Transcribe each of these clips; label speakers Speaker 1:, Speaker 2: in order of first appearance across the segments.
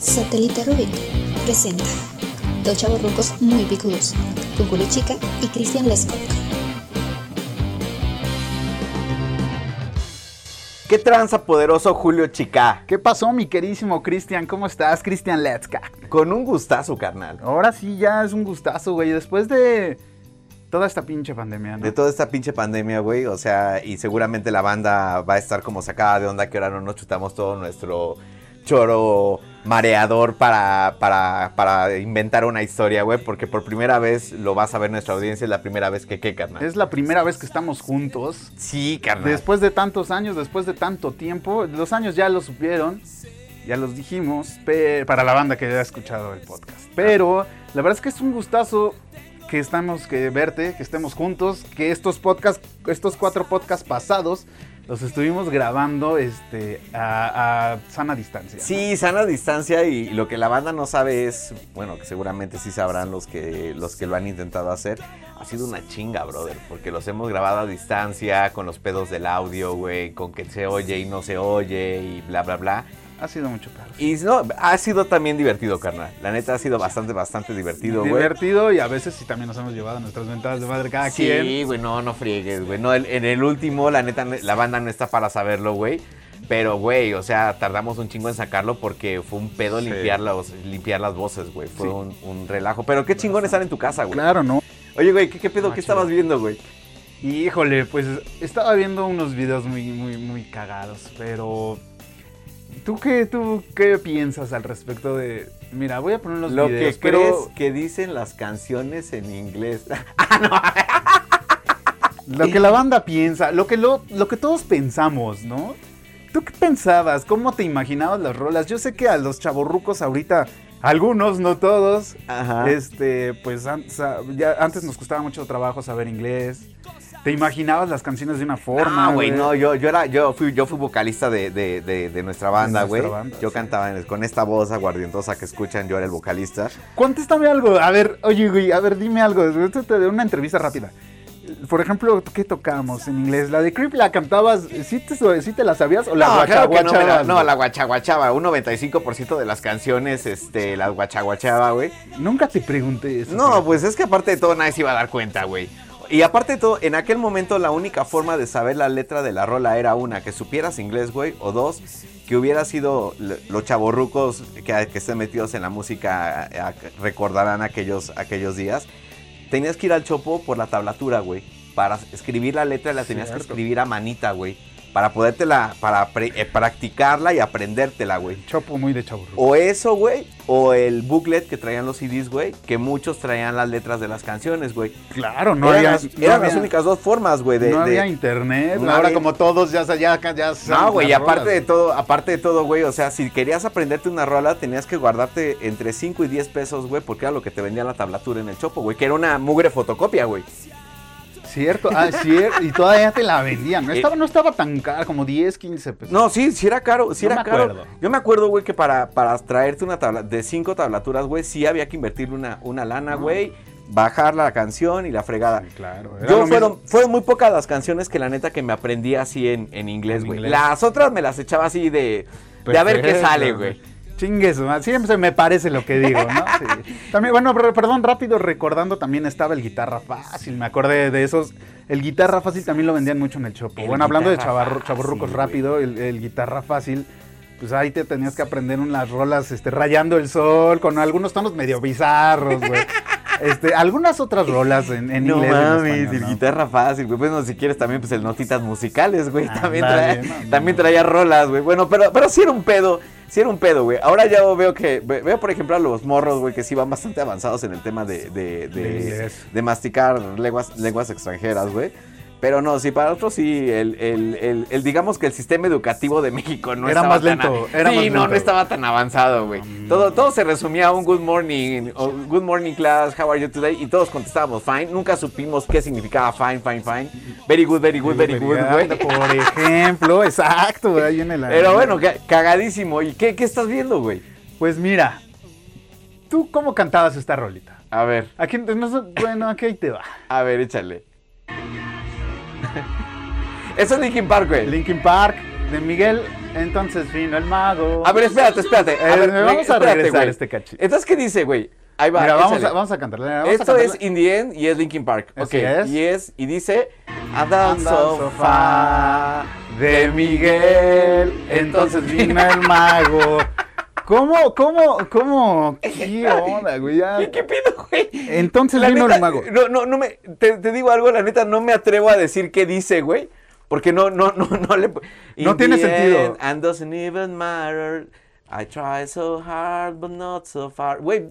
Speaker 1: Satélite Rubik presenta dos chavos rucos muy picudos, Cuculi Chica y Cristian Lescott.
Speaker 2: ¿Qué tranza poderoso Julio Chica?
Speaker 3: ¿Qué pasó, mi queridísimo Cristian? ¿Cómo estás, Cristian Letzka?
Speaker 2: Con un gustazo, carnal.
Speaker 3: Ahora sí, ya es un gustazo, güey. Después de toda esta pinche pandemia, ¿no?
Speaker 2: De toda esta pinche pandemia, güey, o sea, y seguramente la banda va a estar como sacada de onda que ahora no nos chutamos todo nuestro choro mareador para, para, para inventar una historia, güey, porque por primera vez lo vas a ver nuestra audiencia, es la primera vez que qué, carnal.
Speaker 3: Es la primera vez que estamos juntos.
Speaker 2: Sí, carnal.
Speaker 3: Después de tantos años, después de tanto tiempo, los años ya los supieron, ya los dijimos, pe- para la banda que ya ha escuchado el podcast. Pero la verdad es que es un gustazo que estamos, que verte, que estemos juntos, que estos podcasts, estos cuatro podcasts pasados, los estuvimos grabando este, a, a sana distancia.
Speaker 2: Sí, sana distancia y lo que la banda no sabe es, bueno, que seguramente sí sabrán los que, los que lo han intentado hacer, ha sido una chinga, brother, porque los hemos grabado a distancia, con los pedos del audio, güey, con que se oye y no se oye y bla, bla, bla.
Speaker 3: Ha sido mucho peor.
Speaker 2: Y no, ha sido también divertido, carnal. La neta ha sido bastante, bastante divertido, güey.
Speaker 3: divertido y a veces sí también nos hemos llevado nuestras ventanas de madre cada quien.
Speaker 2: Sí, güey, no, no friegues, güey. No, el- en el último, la neta, la banda no está para saberlo, güey. Pero, güey, o sea, tardamos un chingo en sacarlo porque fue un pedo limpiar, los- limpiar las voces, güey. Fue
Speaker 3: Sí.
Speaker 2: un, un relajo. Pero qué chingón estar en tu casa, güey.
Speaker 3: Claro, ¿no?
Speaker 2: Oye, güey, ¿qué, qué pedo?
Speaker 3: Ah,
Speaker 2: ¿Qué
Speaker 3: chido.
Speaker 2: estabas viendo, güey?
Speaker 3: Y, híjole, pues estaba viendo unos videos muy, muy, muy cagados, pero... ¿Tú qué, tú qué piensas al respecto de...? Mira, voy a poner los
Speaker 2: Lo
Speaker 3: videos,
Speaker 2: que
Speaker 3: pero
Speaker 2: crees que dicen las canciones en inglés.
Speaker 3: lo que la banda piensa, lo que, lo, lo que todos pensamos, ¿no? ¿Tú qué pensabas? ¿Cómo te imaginabas las rolas? Yo sé que a los chavorrucos ahorita, algunos, no todos,
Speaker 2: Ajá.
Speaker 3: Este, pues an- sa- ya antes nos costaba mucho trabajo saber inglés. Te imaginabas las canciones de una forma.
Speaker 2: Ah, güey, no, yo, yo era, yo fui, yo fui vocalista de, de- de- de nuestra banda,
Speaker 3: nuestra
Speaker 2: güey.
Speaker 3: banda,
Speaker 2: Yo
Speaker 3: sí.
Speaker 2: cantaba en- con esta voz aguardientosa que escuchan, yo era el vocalista.
Speaker 3: Contéstame algo. A ver, oye, güey, a ver, dime algo. Esto te- Una entrevista rápida. Por ejemplo, ¿qué tocamos en inglés? ¿La de Creep la cantabas? ¿Sí te, sí te la sabías o la
Speaker 2: no, claro que no, me la-
Speaker 3: guachaguachabas,
Speaker 2: no,
Speaker 3: güey?
Speaker 2: la guachaguachaba. Un 95% de las canciones este, las guachaguachaba, güey.
Speaker 3: Nunca te pregunté eso.
Speaker 2: No,
Speaker 3: güey.
Speaker 2: pues es que aparte de todo nadie se iba a dar cuenta, güey. Y aparte de todo, en aquel momento la única forma de saber la letra de la rola era una, que supieras inglés, güey, o dos, que hubiera sido l- los chavorrucos que, que estén metidos en la música a- a- recordarán aquellos, aquellos días. Tenías que ir al chopo por la tablatura, güey. Para escribir la letra la tenías que
Speaker 3: Cierto.
Speaker 2: escribir a manita, güey. Para podértela, para pre- eh, practicarla y aprendértela, güey.
Speaker 3: Chopo muy de chaburro.
Speaker 2: O eso, güey, o el booklet que traían los CDs, güey, que muchos traían las letras de las canciones, güey.
Speaker 3: Claro, no
Speaker 2: eran
Speaker 3: había.
Speaker 2: las,
Speaker 3: no
Speaker 2: eran
Speaker 3: había-
Speaker 2: las únicas dos formas, güey, de...
Speaker 3: no
Speaker 2: de-
Speaker 3: había internet.
Speaker 2: no
Speaker 3: Ahora,
Speaker 2: había-
Speaker 3: como todos, ya, sa- ya, ya,
Speaker 2: No,
Speaker 3: saben
Speaker 2: güey, y
Speaker 3: las
Speaker 2: aparte
Speaker 3: rolas.
Speaker 2: de todo, aparte de todo, güey, o sea, si querías aprenderte una rola, tenías que guardarte entre 5 y 10 pesos, güey, porque era lo que te vendía la tablatura en el chopo, güey, que era una mugre fotocopia, güey.
Speaker 3: Cierto, ah, cierto, y todavía te la vendían. No estaba, no estaba tan cara, como 10, 15 pesos.
Speaker 2: Eh, No, sí, sí era caro, sí
Speaker 3: Yo
Speaker 2: era
Speaker 3: me
Speaker 2: caro.
Speaker 3: acuerdo.
Speaker 2: Yo me acuerdo, güey, que para, para traerte una tabla de cinco tablaturas, güey, sí había que invertirle una, una lana, güey, bajar la canción y la fregada.
Speaker 3: Sí, claro. era
Speaker 2: Yo
Speaker 3: lo
Speaker 2: fueron,
Speaker 3: mismo.
Speaker 2: fueron muy pocas las canciones que la neta que me aprendí así en, en inglés,
Speaker 3: En
Speaker 2: güey.
Speaker 3: inglés.
Speaker 2: Las otras me las echaba así de, de a ver qué
Speaker 3: Perfecto,
Speaker 2: sale, güey.
Speaker 3: Chingue su madre, Siempre me parece lo que digo, ¿no? Sí. También, bueno, pero, perdón, rápido, recordando también estaba el guitarra fácil. Me acordé de esos. El guitarra fácil también lo vendían mucho en el Chopo.
Speaker 2: El
Speaker 3: bueno, hablando de
Speaker 2: guitarra
Speaker 3: chavarru- chavorrucos
Speaker 2: fácil,
Speaker 3: rápido, el, el guitarra fácil. Pues ahí te tenías que aprender unas rolas, este, rayando el sol, con algunos tonos medio bizarros, güey. Este, algunas otras rolas en, en
Speaker 2: no
Speaker 3: inglés. en
Speaker 2: mames,
Speaker 3: español,
Speaker 2: el
Speaker 3: ¿no?
Speaker 2: guitarra fácil, güey. Bueno, si quieres también, pues el notitas musicales, güey. También,
Speaker 3: Ándale,
Speaker 2: trae-
Speaker 3: Ah, no,
Speaker 2: también
Speaker 3: no.
Speaker 2: traía rolas, güey. Bueno, pero, pero sí era un pedo, sí era un pedo, güey. Ahora ya veo que, ve- veo por ejemplo a los morros, güey, que sí van bastante avanzados en el tema de, de, de-
Speaker 3: Del inglés.
Speaker 2: de masticar lenguas, lenguas extranjeras, güey. Pero no, sí, para otros sí, el, el- el- el- digamos que el sistema educativo de México no
Speaker 3: Era
Speaker 2: estaba
Speaker 3: más
Speaker 2: tan a-
Speaker 3: lento, era
Speaker 2: sí,
Speaker 3: más
Speaker 2: no, no
Speaker 3: lento.
Speaker 2: estaba tan avanzado, güey. Todo, todo se resumía a un good morning, o good morning class, how are you today, y todos contestábamos fine. Nunca supimos qué significaba fine, fine, fine. Very good, very good, very good, güey.
Speaker 3: Por ejemplo, exacto, güey, ahí viene la.
Speaker 2: Pero bueno, ca- cagadísimo. ¿Y qué, qué estás viendo, güey?
Speaker 3: Pues mira, ¿tú cómo cantabas esta rolita?
Speaker 2: A ver,
Speaker 3: Aquí, no sé- bueno, aquí ahí te va.
Speaker 2: a ver, échale. Eso es Linkin Park, güey.
Speaker 3: Linkin Park, de Miguel, entonces vino el mago.
Speaker 2: A ver, espérate, espérate. A
Speaker 3: Eh,
Speaker 2: ver,
Speaker 3: vamos a
Speaker 2: espérate,
Speaker 3: regresar
Speaker 2: güey.
Speaker 3: este cachito.
Speaker 2: Entonces, ¿qué dice, güey? Ahí va.
Speaker 3: Mira, vamos
Speaker 2: échale.
Speaker 3: a, vamos a cantarla. mira, vamos a
Speaker 2: Esto es
Speaker 3: cantarla.
Speaker 2: In the End y es Linkin Park.
Speaker 3: Así
Speaker 2: ok.
Speaker 3: es.
Speaker 2: Y es, y dice. Adam
Speaker 3: Anda al
Speaker 2: Sofá.
Speaker 3: sofá de Miguel, entonces vino el mago. ¿Cómo, cómo, cómo? ¿Qué onda, güey? Ya.
Speaker 2: ¿Qué, qué pedo, güey?
Speaker 3: Entonces
Speaker 2: La
Speaker 3: vino
Speaker 2: neta,
Speaker 3: el mago.
Speaker 2: No, no, no me. Te, te digo algo, la neta, no me atrevo a decir qué dice, güey. Porque no, no, no, no le. pu-
Speaker 3: No
Speaker 2: In
Speaker 3: tiene
Speaker 2: the
Speaker 3: sentido.
Speaker 2: end, and doesn't even matter. I try so hard, but not so far. Güey,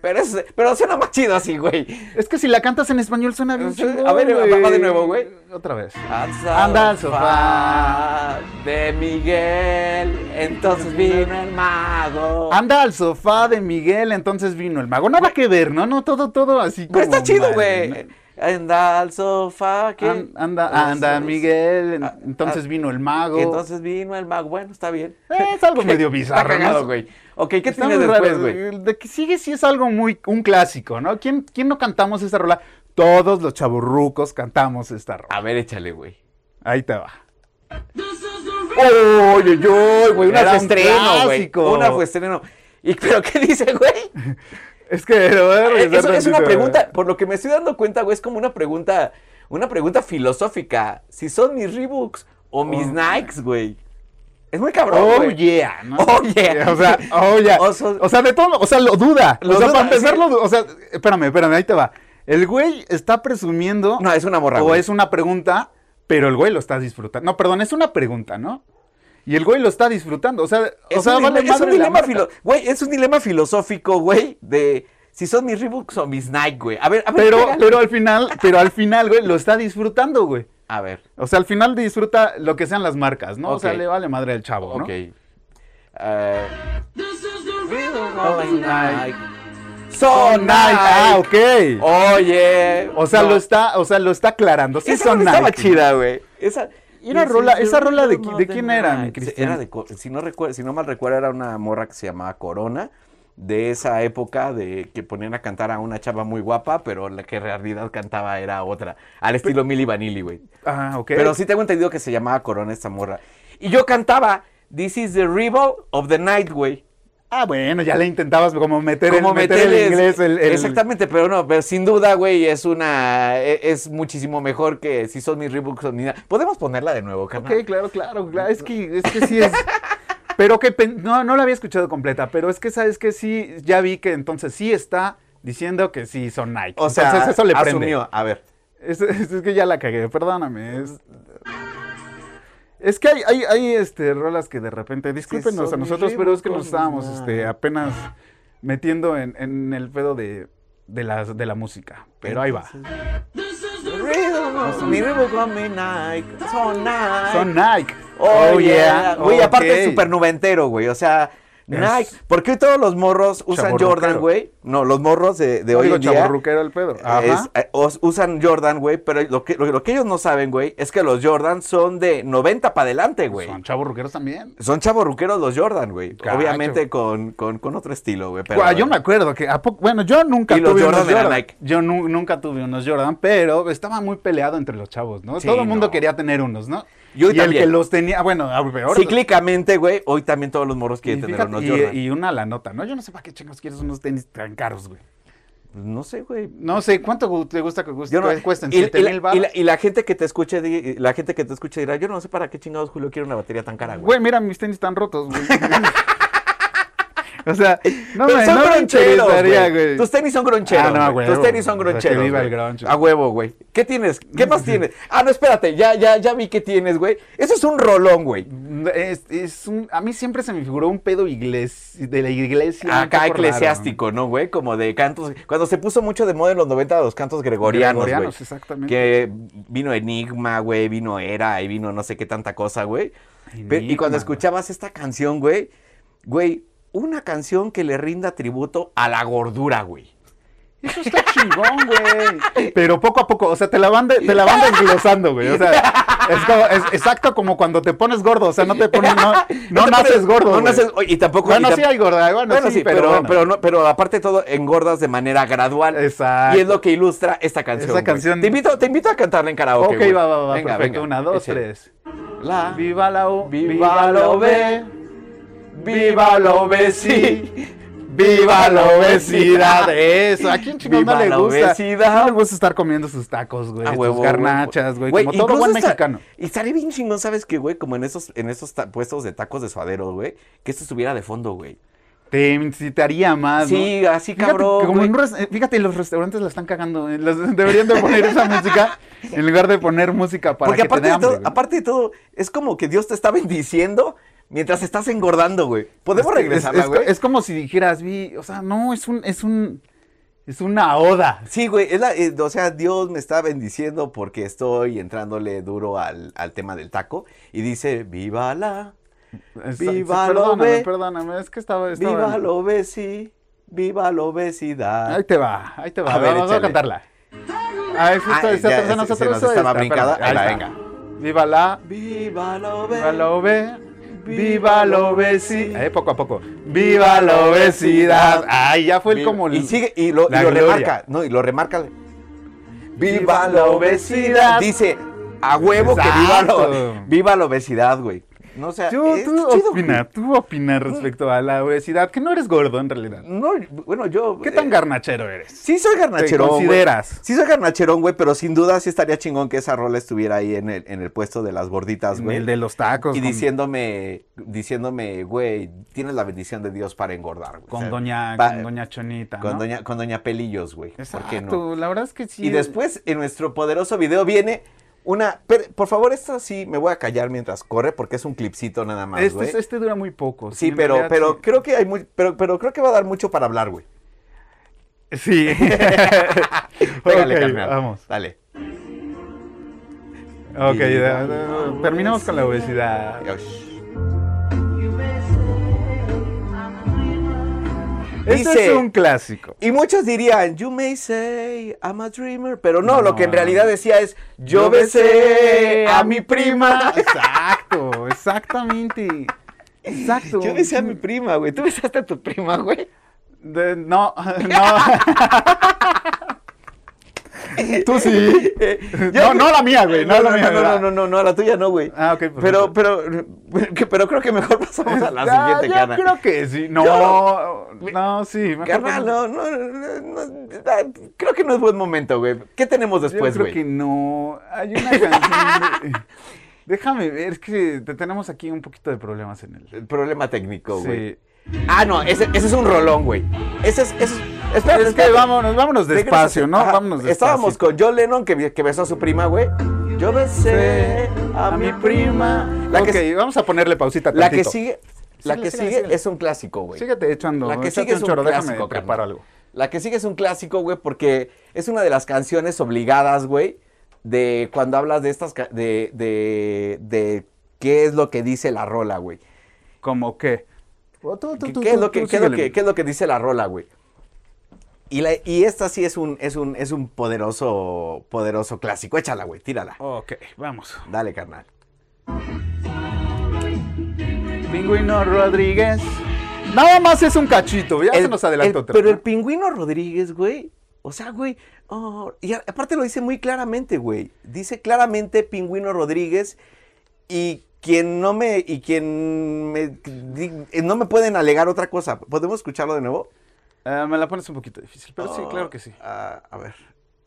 Speaker 2: pero, es, pero suena más chido así, güey.
Speaker 3: Es que si la cantas en español suena bien
Speaker 2: Sí, a
Speaker 3: chingón,
Speaker 2: ver, va-
Speaker 3: güey.
Speaker 2: va de nuevo, güey.
Speaker 3: Otra vez.
Speaker 2: Anda
Speaker 3: al sofá
Speaker 2: de Miguel, entonces vino el mago.
Speaker 3: Anda al sofá de Miguel, entonces vino el mago. Nada que ver, ¿no? No, todo, todo así como
Speaker 2: Pero está chido,
Speaker 3: mal,
Speaker 2: güey.
Speaker 3: ¿no?
Speaker 2: Anda al sofá, que...
Speaker 3: An- Anda, anda Miguel, en-
Speaker 2: Ah,
Speaker 3: entonces
Speaker 2: ah,
Speaker 3: vino el mago.
Speaker 2: que entonces vino el mago. Bueno, está bien.
Speaker 3: Eh, es algo medio bizarro.
Speaker 2: Está
Speaker 3: ¿no?
Speaker 2: cagado, güey. Ok, ¿qué
Speaker 3: Está
Speaker 2: tienes
Speaker 3: muy
Speaker 2: después,
Speaker 3: raro.
Speaker 2: güey?
Speaker 3: De que sigue sí es algo muy, un clásico, ¿no? ¿Quién, quién no cantamos esta rola? Todos los chaburrucos cantamos esta rola.
Speaker 2: A ver, échale, güey.
Speaker 3: Ahí te va.
Speaker 2: ¡Oye, yo, güey! Una
Speaker 3: Era
Speaker 2: fue
Speaker 3: un
Speaker 2: estreno, güey.
Speaker 3: clásico.
Speaker 2: Una fue estreno. ¿Y pero qué dice, güey?
Speaker 3: Es que lo voy a regresar
Speaker 2: Eh, Eso es una
Speaker 3: tantito,
Speaker 2: pregunta,
Speaker 3: ¿verdad?
Speaker 2: por lo que me estoy dando cuenta, güey, es como una pregunta, una pregunta filosófica. Si son mis Reeboks o mis Nikes, güey. Es muy cabrón,
Speaker 3: Oh
Speaker 2: güey.
Speaker 3: yeah, ¿no?
Speaker 2: Oh, yeah.
Speaker 3: O sea, oh yeah.
Speaker 2: O sea-
Speaker 3: O sea, de todo, o sea, lo duda.
Speaker 2: Lo
Speaker 3: o sea,
Speaker 2: duda,
Speaker 3: para empezar,
Speaker 2: sí.
Speaker 3: lo du- O sea, espérame, espérame, ahí te va. El güey está presumiendo.
Speaker 2: No, es una morra,
Speaker 3: O
Speaker 2: güey.
Speaker 3: es una pregunta, pero el güey lo está disfrutando. No, perdón, es una pregunta, ¿no? Y el güey lo está disfrutando. O sea,
Speaker 2: Es
Speaker 3: o sea,
Speaker 2: un,
Speaker 3: vale
Speaker 2: dilema, es un
Speaker 3: madre la
Speaker 2: dilema
Speaker 3: marca.
Speaker 2: filo- güey, es un dilema filosófico, güey, de si son mis Reeboks o mis Nike, güey. A ver, a ver.
Speaker 3: Pero,
Speaker 2: pégale.
Speaker 3: pero al final, pero al final, güey, lo está disfrutando, güey.
Speaker 2: A ver,
Speaker 3: O sea, al final disfruta lo que sean las marcas, ¿no? O sea,
Speaker 2: Ok.
Speaker 3: le vale madre al chavo, ¿no? Oh,
Speaker 2: ok. Eh,
Speaker 3: Son
Speaker 2: Son
Speaker 3: Nike. Ah,
Speaker 2: Nike.
Speaker 3: ok.
Speaker 2: Oye.
Speaker 3: O sea,
Speaker 2: no.
Speaker 3: lo está, o sea, lo está aclarando. Sí,
Speaker 2: Esa
Speaker 3: son
Speaker 2: rola estaba
Speaker 3: Nike.
Speaker 2: chida, güey. Esa,
Speaker 3: Era rola- esa rola de qui- de quién era, mi Cristian?
Speaker 2: Era de co- si, no recuerdo, si no mal recuerdo, era una morra que se llamaba Corona, de esa época de que ponían a cantar a una chava muy guapa, pero la que en realidad cantaba era otra, al estilo Milli Vanilli, güey.
Speaker 3: Ah, ok.
Speaker 2: Pero sí tengo entendido que se llamaba Corona esta morra. Y yo cantaba This is the Rebel of the Night, güey.
Speaker 3: Ah, bueno, ya le intentabas como meter,
Speaker 2: Como
Speaker 3: el, meter
Speaker 2: meterles-
Speaker 3: el inglés. El, el-
Speaker 2: Exactamente, pero no, pero sin duda, güey, es una. e- Es, muchísimo mejor que si son mis Reeboks o ni nada. Podemos ponerla de nuevo, carnal?
Speaker 3: Ok, claro, claro, claro. Es que, es que sí es. Pero que pen- no, no la había escuchado completa, pero es que sabes que sí, ya vi que entonces sí está diciendo que sí son Nike.
Speaker 2: O sea,
Speaker 3: Entonces, eso le prende.
Speaker 2: asumió. A ver.
Speaker 3: Es, es- es que ya la cagué, perdóname. Es, es que hay, hay, hay este, rolas que de repente, discúlpenos a
Speaker 2: son
Speaker 3: nosotros, pero es que nos
Speaker 2: ritmos,
Speaker 3: estábamos
Speaker 2: nah.
Speaker 3: este, apenas metiendo en, en el pedo de, de, las, de la música. Pero ahí va.
Speaker 2: Mi Reebok on mi Nike, son Nike.
Speaker 3: Son Nike.
Speaker 2: Oh, yeah. Güey, aparte es
Speaker 3: ok.
Speaker 2: súper noventero, güey. O sea,
Speaker 3: Es-
Speaker 2: Nike. ¿Por qué hoy todos los morros usan
Speaker 3: Chavorruquero.
Speaker 2: Jordan, güey? No, los morros de, de
Speaker 3: No
Speaker 2: hoy
Speaker 3: digo
Speaker 2: en día.
Speaker 3: chavorruquero el pedo. Ajá.
Speaker 2: es- eh, os- usan Jordan, güey, pero lo que, lo, lo que ellos no saben, güey, es que los Jordan son de 90 para adelante, güey.
Speaker 3: Son chavorruqueros también.
Speaker 2: Son chavorruqueros los Jordan, güey.
Speaker 3: Cacho.
Speaker 2: Obviamente con, con, con otro estilo, güey. pero,
Speaker 3: Guau, yo
Speaker 2: güey.
Speaker 3: me acuerdo que, a poco- bueno, yo nunca
Speaker 2: Y los
Speaker 3: tuve
Speaker 2: Jordan
Speaker 3: unos
Speaker 2: eran
Speaker 3: Jordan.
Speaker 2: Nike.
Speaker 3: Yo nu- nunca tuve unos Jordan, pero estaba muy peleado entre los chavos, ¿no?
Speaker 2: Sí,
Speaker 3: Todo el mundo
Speaker 2: no.
Speaker 3: quería tener unos, ¿no?
Speaker 2: Yo
Speaker 3: y el
Speaker 2: también.
Speaker 3: que los tenía, ah, bueno, a ver, ahora...
Speaker 2: Cíclicamente, güey, hoy también todos los morros
Speaker 3: y,
Speaker 2: quieren tener
Speaker 3: fíjate,
Speaker 2: unos
Speaker 3: y-
Speaker 2: Jordan.
Speaker 3: y una la nota, ¿no? Yo no sé para qué chingos quieres unos tenis tan caros, güey.
Speaker 2: Pues, No sé, güey.
Speaker 3: No sé, ¿cuánto gu- Pues, te gusta que guste?
Speaker 2: Yo no-
Speaker 3: cuesten?
Speaker 2: y- y
Speaker 3: ¿Siete
Speaker 2: la-
Speaker 3: mil
Speaker 2: y
Speaker 3: baros?
Speaker 2: la, y la gente que te escuche, di- la gente que te escuche dirá, yo no sé para qué chingados Julio quiere una batería tan cara, güey.
Speaker 3: Güey, mira, mis tenis están rotos, güey. o sea, no
Speaker 2: Pero
Speaker 3: me,
Speaker 2: son
Speaker 3: no me
Speaker 2: groncheros,
Speaker 3: interesaría,
Speaker 2: güey.
Speaker 3: güey.
Speaker 2: Tus tenis son groncheros.
Speaker 3: Ah, no, a
Speaker 2: güey.
Speaker 3: huevo,
Speaker 2: Tus tenis son
Speaker 3: güey. O sea, que
Speaker 2: groncheros.
Speaker 3: viva el
Speaker 2: güey.
Speaker 3: grunge.
Speaker 2: A huevo, güey. ¿Qué tienes? ¿Qué más tienes? Ah, no, espérate. Ya, ya, ya vi qué tienes, güey. Eso es un rolón, güey.
Speaker 3: Es, es un, a mí siempre se me figuró un pedo igles, de la iglesia.
Speaker 2: Acá
Speaker 3: un poco Ah, raro,
Speaker 2: eclesiástico, ¿no, güey? Como de cantos. Cuando se puso mucho de moda en los 90 los cantos gregorianos, güey.
Speaker 3: Gregorianos, exactamente.
Speaker 2: Que vino Enigma, güey, vino Era y vino no sé qué tanta cosa, güey. Pe- Y
Speaker 3: Enigma,
Speaker 2: cuando
Speaker 3: güey.
Speaker 2: escuchabas esta canción, güey, güey, una canción que le rinda tributo a la gordura, güey.
Speaker 3: Eso está chingón, güey. Pero poco a poco, o sea, te la van, de- te la van desglosando, güey. O sea, es, como- es exacto como cuando te pones gordo. O sea, no te pones, no, no,
Speaker 2: te
Speaker 3: naces
Speaker 2: pones-
Speaker 3: gordo.
Speaker 2: No
Speaker 3: güey.
Speaker 2: naces, oye, y tampoco. y
Speaker 3: Bueno,
Speaker 2: tam-
Speaker 3: sí hay gorda, bueno,
Speaker 2: Bueno,
Speaker 3: sí, pero, bueno.
Speaker 2: pero, no- pero aparte de todo, engordas de manera gradual.
Speaker 3: Exacto.
Speaker 2: Y es lo que ilustra esta canción.
Speaker 3: Esa
Speaker 2: güey.
Speaker 3: canción-
Speaker 2: Te invito, te invito a cantarla en karaoke.
Speaker 3: Ok,
Speaker 2: güey.
Speaker 3: va, va, va,
Speaker 2: Venga,
Speaker 3: perfecto.
Speaker 2: venga,
Speaker 3: Una, dos,
Speaker 2: échale.
Speaker 3: tres.
Speaker 2: La
Speaker 3: Viva la U,
Speaker 2: viva la OB, viva la obesi,
Speaker 3: viva la obesidad. Eh, Eso, ¿a quién chingón
Speaker 2: Viva
Speaker 3: no le
Speaker 2: la
Speaker 3: gusta?
Speaker 2: obesidad.
Speaker 3: No le gusta estar comiendo sus tacos, güey,
Speaker 2: a
Speaker 3: sus
Speaker 2: huevo,
Speaker 3: garnachas, güey, como todo
Speaker 2: incluso
Speaker 3: buen
Speaker 2: está-
Speaker 3: mexicano.
Speaker 2: Y estaría bien chingón, ¿sabes qué, güey? Como en esos, en esos ta- puestos de tacos de suadero, güey. Que esto estuviera de fondo, güey.
Speaker 3: Te incitaría más, Ah, ¿no?
Speaker 2: Sí, así
Speaker 3: Fíjate,
Speaker 2: cabrón.
Speaker 3: como
Speaker 2: güey.
Speaker 3: en un res- eh, fíjate, los restaurantes la están cagando. eh, los- deberían de poner esa música en lugar de poner música para
Speaker 2: Porque
Speaker 3: que te
Speaker 2: aparte
Speaker 3: dé
Speaker 2: de,
Speaker 3: hambre.
Speaker 2: todo,
Speaker 3: güey.
Speaker 2: aparte de todo, es como que Dios te está bendiciendo mientras estás engordando, güey. ¿Podemos
Speaker 3: Es que
Speaker 2: regresarla,
Speaker 3: es, es-
Speaker 2: güey?
Speaker 3: es como si dijeras, vi, o sea, no, es un, es un, es una oda.
Speaker 2: Sí, güey, es la- eh, o sea, Dios me está bendiciendo porque estoy entrándole duro al, al tema del taco y dice, viva la,
Speaker 3: Es-
Speaker 2: Viva lo
Speaker 3: perdóname,
Speaker 2: ve.
Speaker 3: perdóname, es que estaba, estaba-
Speaker 2: viva la obesi, viva la obesidad.
Speaker 3: Ahí te va, ahí te va.
Speaker 2: A ver,
Speaker 3: vamos a
Speaker 2: échale.
Speaker 3: cantarla. Ah, es esta,
Speaker 2: Ah,
Speaker 3: esta,
Speaker 2: ya,
Speaker 3: esta,
Speaker 2: se-
Speaker 3: nosotros
Speaker 2: se nos
Speaker 3: esta,
Speaker 2: estaba
Speaker 3: esta,
Speaker 2: brincada.
Speaker 3: espérate,
Speaker 2: Ahí
Speaker 3: ahí
Speaker 2: va,
Speaker 3: está. Viva la,
Speaker 2: Viva la
Speaker 3: viva la
Speaker 2: obesidad.
Speaker 3: obe, viva la obesidad. Eh, poco a poco. Viva la obesidad. Ay, ya fue el como el.
Speaker 2: y sigue y lo, y
Speaker 3: la
Speaker 2: lo
Speaker 3: gloria.
Speaker 2: remarca, no, y lo remarca.
Speaker 3: Viva la obesidad.
Speaker 2: Dice a huevo que viva la,
Speaker 3: Exacto.
Speaker 2: viva la obesidad, güey. No o sea,
Speaker 3: Tú,
Speaker 2: es
Speaker 3: tú
Speaker 2: chido,
Speaker 3: opina, tú opina respecto a la obesidad, que no eres gordo en realidad.
Speaker 2: güey. No, bueno, yo
Speaker 3: ¿Qué tan
Speaker 2: eh,
Speaker 3: garnachero eres?
Speaker 2: Sí soy garnacherón, güey.
Speaker 3: consideras?
Speaker 2: Sí soy garnacherón, güey, pero sin duda sí estaría chingón que esa rola estuviera ahí en el, en el puesto de las gorditas, pues,
Speaker 3: En
Speaker 2: güey.
Speaker 3: el de los tacos.
Speaker 2: y
Speaker 3: con-
Speaker 2: diciéndome, diciéndome, güey, tienes la bendición de Dios para engordar, güey. O
Speaker 3: Con
Speaker 2: sea,
Speaker 3: doña,
Speaker 2: pa-
Speaker 3: con doña Chonita.
Speaker 2: con
Speaker 3: ¿no?
Speaker 2: doña, con doña Pelillos, güey. ¿Por qué no?
Speaker 3: Exacto, la verdad es que sí.
Speaker 2: Y después en nuestro poderoso video viene una. per- por favor, esto sí me voy a callar mientras corre porque es un clipcito nada más,
Speaker 3: Este,
Speaker 2: güey.
Speaker 3: es- este dura muy poco.
Speaker 2: pues, sí,
Speaker 3: en
Speaker 2: pero,
Speaker 3: realidad
Speaker 2: pero
Speaker 3: sí.
Speaker 2: creo que hay muy, pero, pero creo que va a dar mucho para hablar, güey.
Speaker 3: Sí.
Speaker 2: Pégale,
Speaker 3: Ok,
Speaker 2: carnal.
Speaker 3: Vamos.
Speaker 2: Dale.
Speaker 3: Ok,
Speaker 2: Y-
Speaker 3: da- da- da- terminamos con la obesidad.
Speaker 2: Yosh.
Speaker 3: Este
Speaker 2: Dice-
Speaker 3: es un clásico.
Speaker 2: Y muchos dirían, you may say I'm a dreamer, pero no, lo
Speaker 3: No.
Speaker 2: que en realidad decía es, yo besé a mi prima.
Speaker 3: Exacto, exactamente. Exacto.
Speaker 2: Yo besé a mi prima, güey. ¿Tú besaste a tu prima, güey?
Speaker 3: De- no, no. Tú sí. No, no la mía, güey. No,
Speaker 2: No,
Speaker 3: la
Speaker 2: no,
Speaker 3: mía.
Speaker 2: no, no,
Speaker 3: ¿verdad?
Speaker 2: no, no, no, la tuya no, güey.
Speaker 3: Ah, ok,
Speaker 2: Pero,
Speaker 3: perfecto.
Speaker 2: pero, que- pero creo que mejor pasamos a la
Speaker 3: Ah,
Speaker 2: siguiente,
Speaker 3: yo
Speaker 2: carnal.
Speaker 3: creo que sí. No, no, sí. mejor
Speaker 2: Carnal,
Speaker 3: pasamos.
Speaker 2: no, no, no, no, ah, creo que no es buen momento, güey. ¿Qué tenemos después,
Speaker 3: Yo creo
Speaker 2: güey?
Speaker 3: que no. Hay una canción. de- Déjame ver, es que te- tenemos aquí un poquito de problemas en el.
Speaker 2: El Problema técnico, güey.
Speaker 3: Sí.
Speaker 2: Ah, no, ese, ese es un rolón, güey. Ese es, ese es, espérate,
Speaker 3: Es que
Speaker 2: espérate.
Speaker 3: vámonos, vámonos
Speaker 2: Regresa-
Speaker 3: despacio, ¿no?
Speaker 2: Ajá,
Speaker 3: Vámonos despacio.
Speaker 2: Estábamos con John Lennon que, que besó a su prima, güey. Yo besé a, mi prima. La
Speaker 3: ok,
Speaker 2: que,
Speaker 3: vamos a ponerle pausita
Speaker 2: la que
Speaker 3: tantito.
Speaker 2: sigue, la
Speaker 3: Síguele,
Speaker 2: que
Speaker 3: síguele,
Speaker 2: sigue
Speaker 3: síguele.
Speaker 2: es un clásico, güey.
Speaker 3: Síguete echando.
Speaker 2: La que
Speaker 3: échate
Speaker 2: sigue es un
Speaker 3: chorro, déjame
Speaker 2: clásico, carnal.
Speaker 3: preparo algo.
Speaker 2: La que sigue es un clásico, güey, porque es una de las canciones obligadas, güey, de cuando hablas de estas, ca- de, de, de qué es lo que dice la rola, güey.
Speaker 3: ¿Cómo qué?
Speaker 2: ¿Qué, qué es lo que, qué es lo que, qué es lo que dice la rola, güey? Y, la- y esta sí es un, es un, es un poderoso, poderoso clásico. Échala, güey, tírala.
Speaker 3: Ok, vamos.
Speaker 2: Dale, carnal.
Speaker 3: Pingüino Rodríguez. Nada más es un cachito, ya se
Speaker 2: El-
Speaker 3: nos adelantó
Speaker 2: el-
Speaker 3: otra.
Speaker 2: Pero
Speaker 3: ¿no?
Speaker 2: el pingüino Rodríguez, güey. O sea, güey. oh, y a- aparte lo dice muy claramente, güey. Dice claramente pingüino Rodríguez. Y quien no me. Y quien me. di- eh, No me pueden alegar otra cosa. ¿Podemos escucharlo de nuevo?
Speaker 3: Ah, me la pones un poquito difícil, pero Pues sí,
Speaker 2: Oh,
Speaker 3: claro que sí.
Speaker 2: ah, a ver.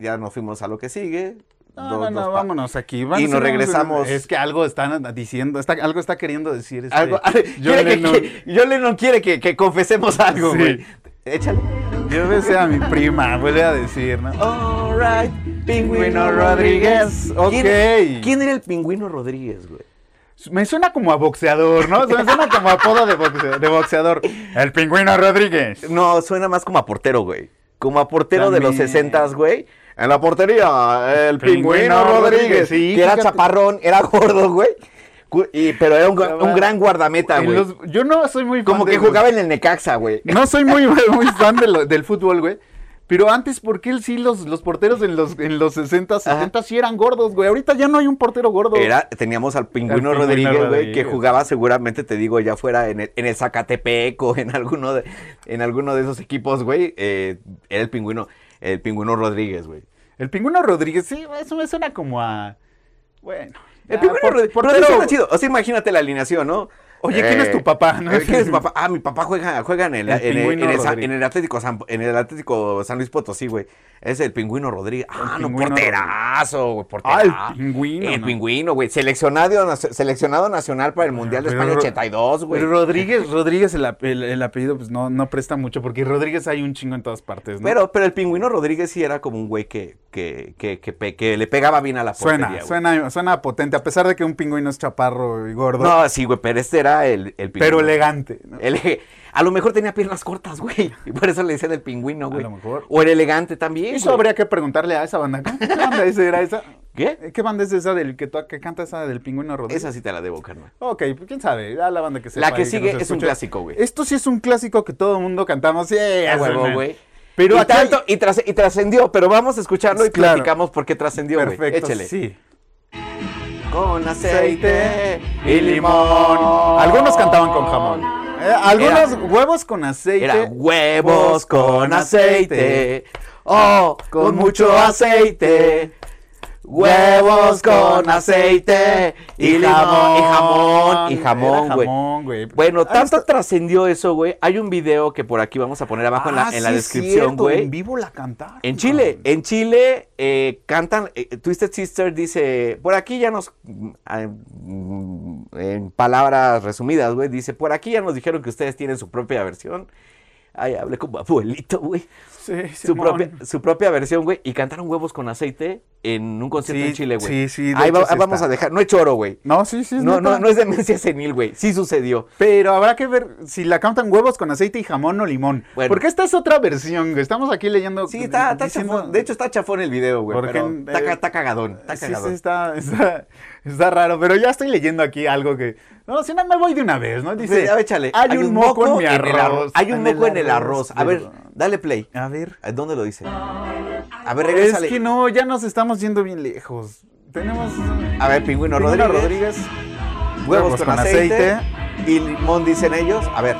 Speaker 2: Ya nos fuimos a lo que sigue.
Speaker 3: No,
Speaker 2: Dos-
Speaker 3: no,
Speaker 2: dos
Speaker 3: no,
Speaker 2: pa-
Speaker 3: vámonos aquí. vamos,
Speaker 2: Y nos
Speaker 3: vamos,
Speaker 2: regresamos.
Speaker 3: Es que algo están diciendo, está, algo está queriendo decir. Este,
Speaker 2: Algo,
Speaker 3: John
Speaker 2: quiere que-
Speaker 3: Lennon.
Speaker 2: que- John Lennon quiere que, que confesemos algo,
Speaker 3: Sí.
Speaker 2: güey. Échale.
Speaker 3: Yo besé a mi prima, vuelve a decir, ¿no?
Speaker 2: Alright,
Speaker 3: Pingüino Rodríguez,
Speaker 2: ¿Quién,
Speaker 3: ok.
Speaker 2: quién era el Pingüino Rodríguez, güey?
Speaker 3: Oh, Me suena como a boxeador, ¿no? Me suena como apodo de boxeador. De boxeador. El pingüino Rodríguez.
Speaker 2: No, suena más como a portero, güey. Como a portero de los
Speaker 3: También.
Speaker 2: 60, güey. En la portería, el Pingüino,
Speaker 3: Pingüino
Speaker 2: Rodríguez.
Speaker 3: Rodríguez, sí,
Speaker 2: que era
Speaker 3: fíjate.
Speaker 2: chaparrón, era gordo, güey. Cu- y- pero era un, gu- un gran guardameta,
Speaker 3: En
Speaker 2: güey.
Speaker 3: los- yo no soy muy fan
Speaker 2: Como
Speaker 3: de
Speaker 2: que
Speaker 3: los-
Speaker 2: jugaba en el Necaxa, güey.
Speaker 3: No soy muy, muy fan de lo- del fútbol, güey. Pero antes, ¿por qué el- sí los, los porteros en los, en los 60, 70 sí eran gordos, güey? Ahorita ya no hay un portero gordo.
Speaker 2: Era, teníamos al Pingüino,
Speaker 3: Pingüino
Speaker 2: Rodríguez, güey, que
Speaker 3: Rodríguez.
Speaker 2: jugaba seguramente, te digo, ya fuera en el, en el Zacatepec o en alguno de, en alguno de esos equipos, güey. eh, era el Pingüino, el Pingüino Rodríguez, güey.
Speaker 3: El pingüino Rodríguez, sí, eso me suena como a. Bueno.
Speaker 2: El
Speaker 3: ya,
Speaker 2: Pingüino
Speaker 3: por-
Speaker 2: Rodríguez,
Speaker 3: portero-
Speaker 2: pero era Ah, chido. O sea, imagínate la alineación, ¿no?
Speaker 3: Oye, ¿quién es tu papá, no?
Speaker 2: eh, ¿Quién es tu papá? Ah, mi papá juega, juega en, el,
Speaker 3: El
Speaker 2: en, el,
Speaker 3: Pingüino
Speaker 2: en el Sa-
Speaker 3: Rodríguez.
Speaker 2: en el Atlético San, en el Atlético San Luis Potosí, güey. Es el Pingüino Rodríguez. Ah, no,
Speaker 3: Pingüino
Speaker 2: porterazo, güey,
Speaker 3: Ah, el
Speaker 2: porterazo.
Speaker 3: pingüino.
Speaker 2: El
Speaker 3: ¿no?
Speaker 2: pingüino, güey. Seleccionado, nacio- seleccionado nacional para el Mundial de
Speaker 3: Pero
Speaker 2: España
Speaker 3: Ro-
Speaker 2: 82, güey.
Speaker 3: Pero Rodríguez, Rodríguez el, ap- el- el apellido pues no, no presta mucho porque Rodríguez hay un chingo en todas partes, ¿no?
Speaker 2: Pero, pero el pingüino Rodríguez sí era como un güey que, que, que, que, pe- que le pegaba bien a la portería.
Speaker 3: suena,
Speaker 2: güey.
Speaker 3: suena, suena potente, a pesar de que un pingüino es chaparro y gordo,
Speaker 2: No, sí, güey, pero este era el, el pingüino.
Speaker 3: pero elegante. ¿no?
Speaker 2: El- a lo mejor tenía piernas cortas, güey. Y por eso le decían el pingüino,
Speaker 3: A
Speaker 2: güey.
Speaker 3: lo mejor.
Speaker 2: O el elegante también.
Speaker 3: Eso
Speaker 2: güey.
Speaker 3: habría que preguntarle a esa banda. ¿Qué banda es, era esa?
Speaker 2: ¿Qué?
Speaker 3: ¿Qué banda es esa del que, to- que canta esa del pingüino Rodríguez?
Speaker 2: Esa sí te la debo, carnal.
Speaker 3: Ok, pues quién sabe, ya la banda que se
Speaker 2: La que sigue es un clásico, güey.
Speaker 3: Esto sí es un clásico que todo el mundo cantamos. Sí,
Speaker 2: A
Speaker 3: es
Speaker 2: huevo,
Speaker 3: una-
Speaker 2: güey.
Speaker 3: eh, Pero
Speaker 2: y
Speaker 3: acá hay-
Speaker 2: tanto, y, tras- y trascendió, pero vamos a escucharlo y
Speaker 3: Claro.
Speaker 2: platicamos por qué trascendió, güey.
Speaker 3: Perfecto,
Speaker 2: Échele.
Speaker 3: sí.
Speaker 2: Con
Speaker 3: aceite y limón. Algunos cantaban con jamón. Eh, algunos huevos con aceite.
Speaker 2: Era huevos con aceite. Oh, con mucho aceite. Huevos con aceite y limón. Y jamón, y jamón,
Speaker 3: Era
Speaker 2: güey.
Speaker 3: jamón, güey.
Speaker 2: Bueno,
Speaker 3: Ah,
Speaker 2: tanto
Speaker 3: está-
Speaker 2: trascendió eso, güey. Hay un video que por aquí vamos a poner abajo en la,
Speaker 3: Ah,
Speaker 2: en la
Speaker 3: sí, es
Speaker 2: descripción,
Speaker 3: cierto,
Speaker 2: güey.
Speaker 3: En vivo la cantaron.
Speaker 2: En Chile, en Chile eh, cantan, eh, Twisted Sister dice, por aquí ya nos, mm, ah, mm, en palabras resumidas, güey, dice, por aquí ya nos dijeron que ustedes tienen su propia versión. Ay, hablé como abuelito, güey.
Speaker 3: Sí,
Speaker 2: Su
Speaker 3: Simón.
Speaker 2: propia, su propia versión, güey. Y cantaron huevos con aceite en un concierto
Speaker 3: Sí,
Speaker 2: en Chile, güey.
Speaker 3: sí, sí, de
Speaker 2: Ahí, va-
Speaker 3: hecho sí
Speaker 2: ahí vamos
Speaker 3: está.
Speaker 2: a dejar. No es choro, güey.
Speaker 3: No, sí, sí. es
Speaker 2: No, no,
Speaker 3: neta.
Speaker 2: no es demencia senil, güey. Sí sucedió.
Speaker 3: Pero habrá que ver si la cantan huevos con aceite y jamón o limón.
Speaker 2: Bueno.
Speaker 3: Porque esta es otra versión, güey. Estamos aquí leyendo.
Speaker 2: Sí, está, está
Speaker 3: diciendo-
Speaker 2: chafón. De hecho, está chafón el video, güey.
Speaker 3: Porque,
Speaker 2: pero Está, ca-
Speaker 3: eh,
Speaker 2: está cagadón. Está
Speaker 3: Sí,
Speaker 2: cagadón.
Speaker 3: sí, está, está, está raro, pero ya estoy leyendo aquí algo que... No, si no me voy de una vez, ¿no? Dice,
Speaker 2: Dice, échale.
Speaker 3: hay, un moco, en mi arroz.
Speaker 2: el arroz. Hay un moco en el arroz. A ver,
Speaker 3: perdón.
Speaker 2: dale play.
Speaker 3: A ver.
Speaker 2: ¿A ¿Dónde lo dice? A ver,
Speaker 3: Es
Speaker 2: regrésale.
Speaker 3: que no, ya nos estamos yendo bien lejos. Tenemos...
Speaker 2: A ver, pingüino,
Speaker 3: Pingüino
Speaker 2: Rodríguez.
Speaker 3: Rodríguez.
Speaker 2: Huevos con, aceite. Y limón dicen ellos. A ver.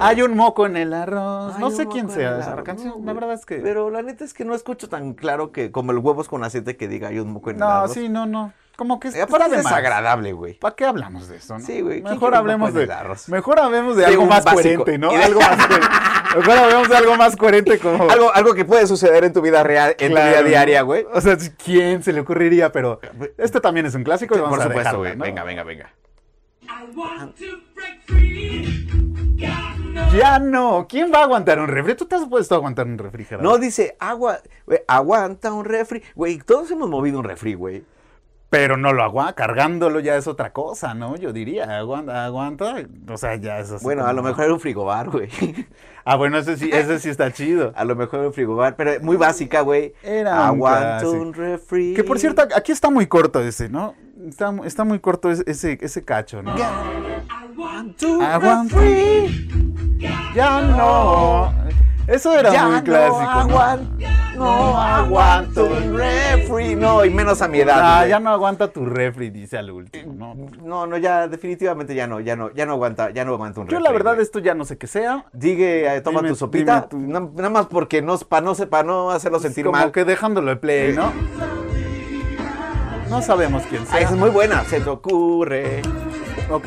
Speaker 3: Hay un moco en el arroz. no
Speaker 2: Ay,
Speaker 3: sé
Speaker 2: un
Speaker 3: quién
Speaker 2: moco en
Speaker 3: sea
Speaker 2: el
Speaker 3: esa
Speaker 2: arroz.
Speaker 3: canción.
Speaker 2: No,
Speaker 3: la
Speaker 2: güey.
Speaker 3: verdad es que...
Speaker 2: Pero la neta es que no escucho tan claro que como el huevos con aceite que diga hay un moco en el
Speaker 3: No,
Speaker 2: arroz.
Speaker 3: sí, no, no. Como que
Speaker 2: pues, Y aparte es
Speaker 3: de más.
Speaker 2: desagradable, güey.
Speaker 3: ¿Para qué hablamos de eso? No?
Speaker 2: Sí, güey, ¿quién quiere
Speaker 3: Mejor
Speaker 2: un
Speaker 3: hablemos
Speaker 2: mapa en
Speaker 3: de.
Speaker 2: el arroz?
Speaker 3: Mejor hablemos de,
Speaker 2: De
Speaker 3: algo
Speaker 2: un
Speaker 3: más
Speaker 2: básico.
Speaker 3: coherente, ¿no?
Speaker 2: Y de-
Speaker 3: Algo más coherente. Mejor hablemos de algo más coherente como.
Speaker 2: Algo, algo que puede suceder en tu vida real, en
Speaker 3: Claro.
Speaker 2: tu vida diaria, güey.
Speaker 3: O sea, ¿quién se le ocurriría? Pero este también es un clásico. y vamos
Speaker 2: Por
Speaker 3: a
Speaker 2: supuesto,
Speaker 3: dejarlo,
Speaker 2: güey.
Speaker 3: ¿no?
Speaker 2: Venga, venga, venga.
Speaker 4: I want to break free. God knows.
Speaker 3: Ya no. ¿Quién va a aguantar un refri? ¿Tú te has puesto a aguantar un refrigerador?
Speaker 2: No dice agua, güey, aguanta un refri. Güey, todos hemos movido un refri, güey.
Speaker 3: Pero no lo aguanta. Cargándolo ya es otra cosa, ¿no? Yo diría. Aguanta, aguanta. O sea, ya es así.
Speaker 2: Bueno,
Speaker 3: como-
Speaker 2: a lo mejor era un frigobar, güey.
Speaker 3: Ah, bueno, ese sí, ese sí está chido.
Speaker 2: A lo mejor era un frigobar, pero muy básica, güey.
Speaker 3: Era un
Speaker 2: Aguanta
Speaker 3: clásico.
Speaker 2: un refri.
Speaker 3: Que por cierto, aquí está muy corto ese, ¿no? Está, mu- está muy corto ese, ese, ese cacho, ¿no?
Speaker 4: I want to.
Speaker 3: Aguanta. Ya no. Eso era
Speaker 2: ya
Speaker 3: muy clásico.
Speaker 2: no
Speaker 3: ¿no?
Speaker 2: aguanto, no aguanto un refri. No, y menos a mi edad.
Speaker 3: Ah,
Speaker 2: güey.
Speaker 3: ya no aguanta tu refri, dice al último, ¿no?
Speaker 2: No, no, ya definitivamente ya no, ya no, ya no aguanta, ya no aguanta un
Speaker 3: Yo
Speaker 2: refri.
Speaker 3: la verdad
Speaker 2: güey.
Speaker 3: esto ya no sé qué sea.
Speaker 2: Digue, eh, toma
Speaker 3: Dime-
Speaker 2: tu sopita,
Speaker 3: dime tú.
Speaker 2: na- nada más porque no, para no, se- pa no hacerlo
Speaker 3: Es
Speaker 2: sentir
Speaker 3: como
Speaker 2: mal.
Speaker 3: que dejándolo de play, ¿no? No sabemos quién
Speaker 2: Ah,
Speaker 3: sea.
Speaker 2: esa es muy buena. Se te ocurre,
Speaker 3: Ok.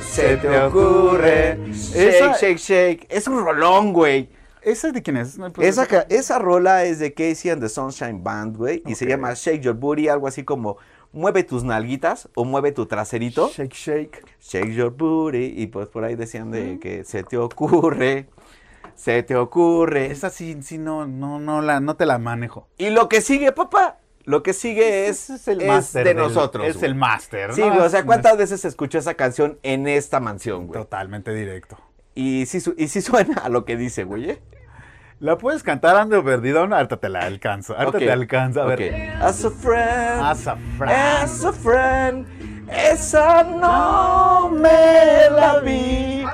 Speaker 2: se te ocurre.
Speaker 3: Esa,
Speaker 2: Shake, shake, shake. Es un rolón, güey.
Speaker 3: ¿Esa de quién es? No, pues-
Speaker 2: Esa, ca- esa rola es de Casey and the Sunshine Band, güey. Y se
Speaker 3: Ok.
Speaker 2: llama Shake Your Booty, algo así como mueve tus nalguitas o mueve tu traserito.
Speaker 3: Shake, shake.
Speaker 2: Shake Your Booty. Y pues por ahí decían de que se te ocurre, se te ocurre.
Speaker 3: Esa sí, sí, no, no, no, la, no te la manejo.
Speaker 2: Y lo que sigue, papá, lo que sigue es,
Speaker 3: Ese
Speaker 2: es
Speaker 3: máster
Speaker 2: de
Speaker 3: del-
Speaker 2: nosotros.
Speaker 3: Es
Speaker 2: güey.
Speaker 3: el máster.
Speaker 2: Sí,
Speaker 3: ¿no?
Speaker 2: güey, o
Speaker 3: Es
Speaker 2: sea,
Speaker 3: un-
Speaker 2: ¿cuántas veces se escuchó esa canción en esta mansión, güey?
Speaker 3: Totalmente directo.
Speaker 2: Y sí, su- y sí suena a lo que dice, güey. ¿eh?
Speaker 3: La puedes cantar ando perdidón, ahorita te la alcanzo. Ahorita
Speaker 2: Ok,
Speaker 3: te alcanza. A ver.
Speaker 2: ok. As a friend.
Speaker 3: As a friend.
Speaker 2: As a friend. Esa no me la vi.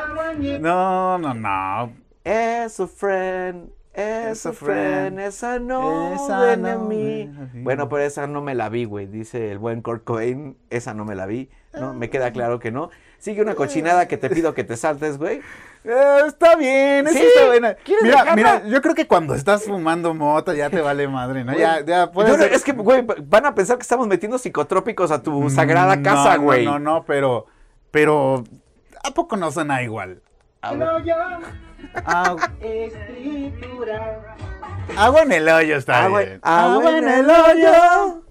Speaker 3: No, no, no.
Speaker 2: As a friend, as
Speaker 3: As a
Speaker 2: a friend, as an old
Speaker 3: an old
Speaker 2: enemy.
Speaker 3: enemy.
Speaker 2: Bueno, pero esa no me la vi, güey, dice el buen Kurt Cobain. Esa no me la vi, ¿no? Me queda claro que no. Sigue una cochinada que te pido que te saltes, güey.
Speaker 3: Eh, está bien, esa
Speaker 2: Sí,
Speaker 3: está buena.
Speaker 2: ¿quieres
Speaker 3: Mira,
Speaker 2: dejarla?
Speaker 3: mira, yo creo que cuando estás fumando mota ya te vale madre, ¿no? Ya, ya puedes.
Speaker 2: Yo no-
Speaker 3: ser-
Speaker 2: es que, güey, van a pensar que estamos metiendo psicotrópicos a tu sagrada
Speaker 3: No,
Speaker 2: casa,
Speaker 3: Mm, no,
Speaker 2: güey.
Speaker 3: No, no, pero. Pero. ¿A poco no suena igual?
Speaker 2: A ver.
Speaker 3: Agua,
Speaker 4: Es triturar.
Speaker 3: agua en el hoyo está
Speaker 2: Agua,
Speaker 3: bien.
Speaker 2: agua ah, en el hoyo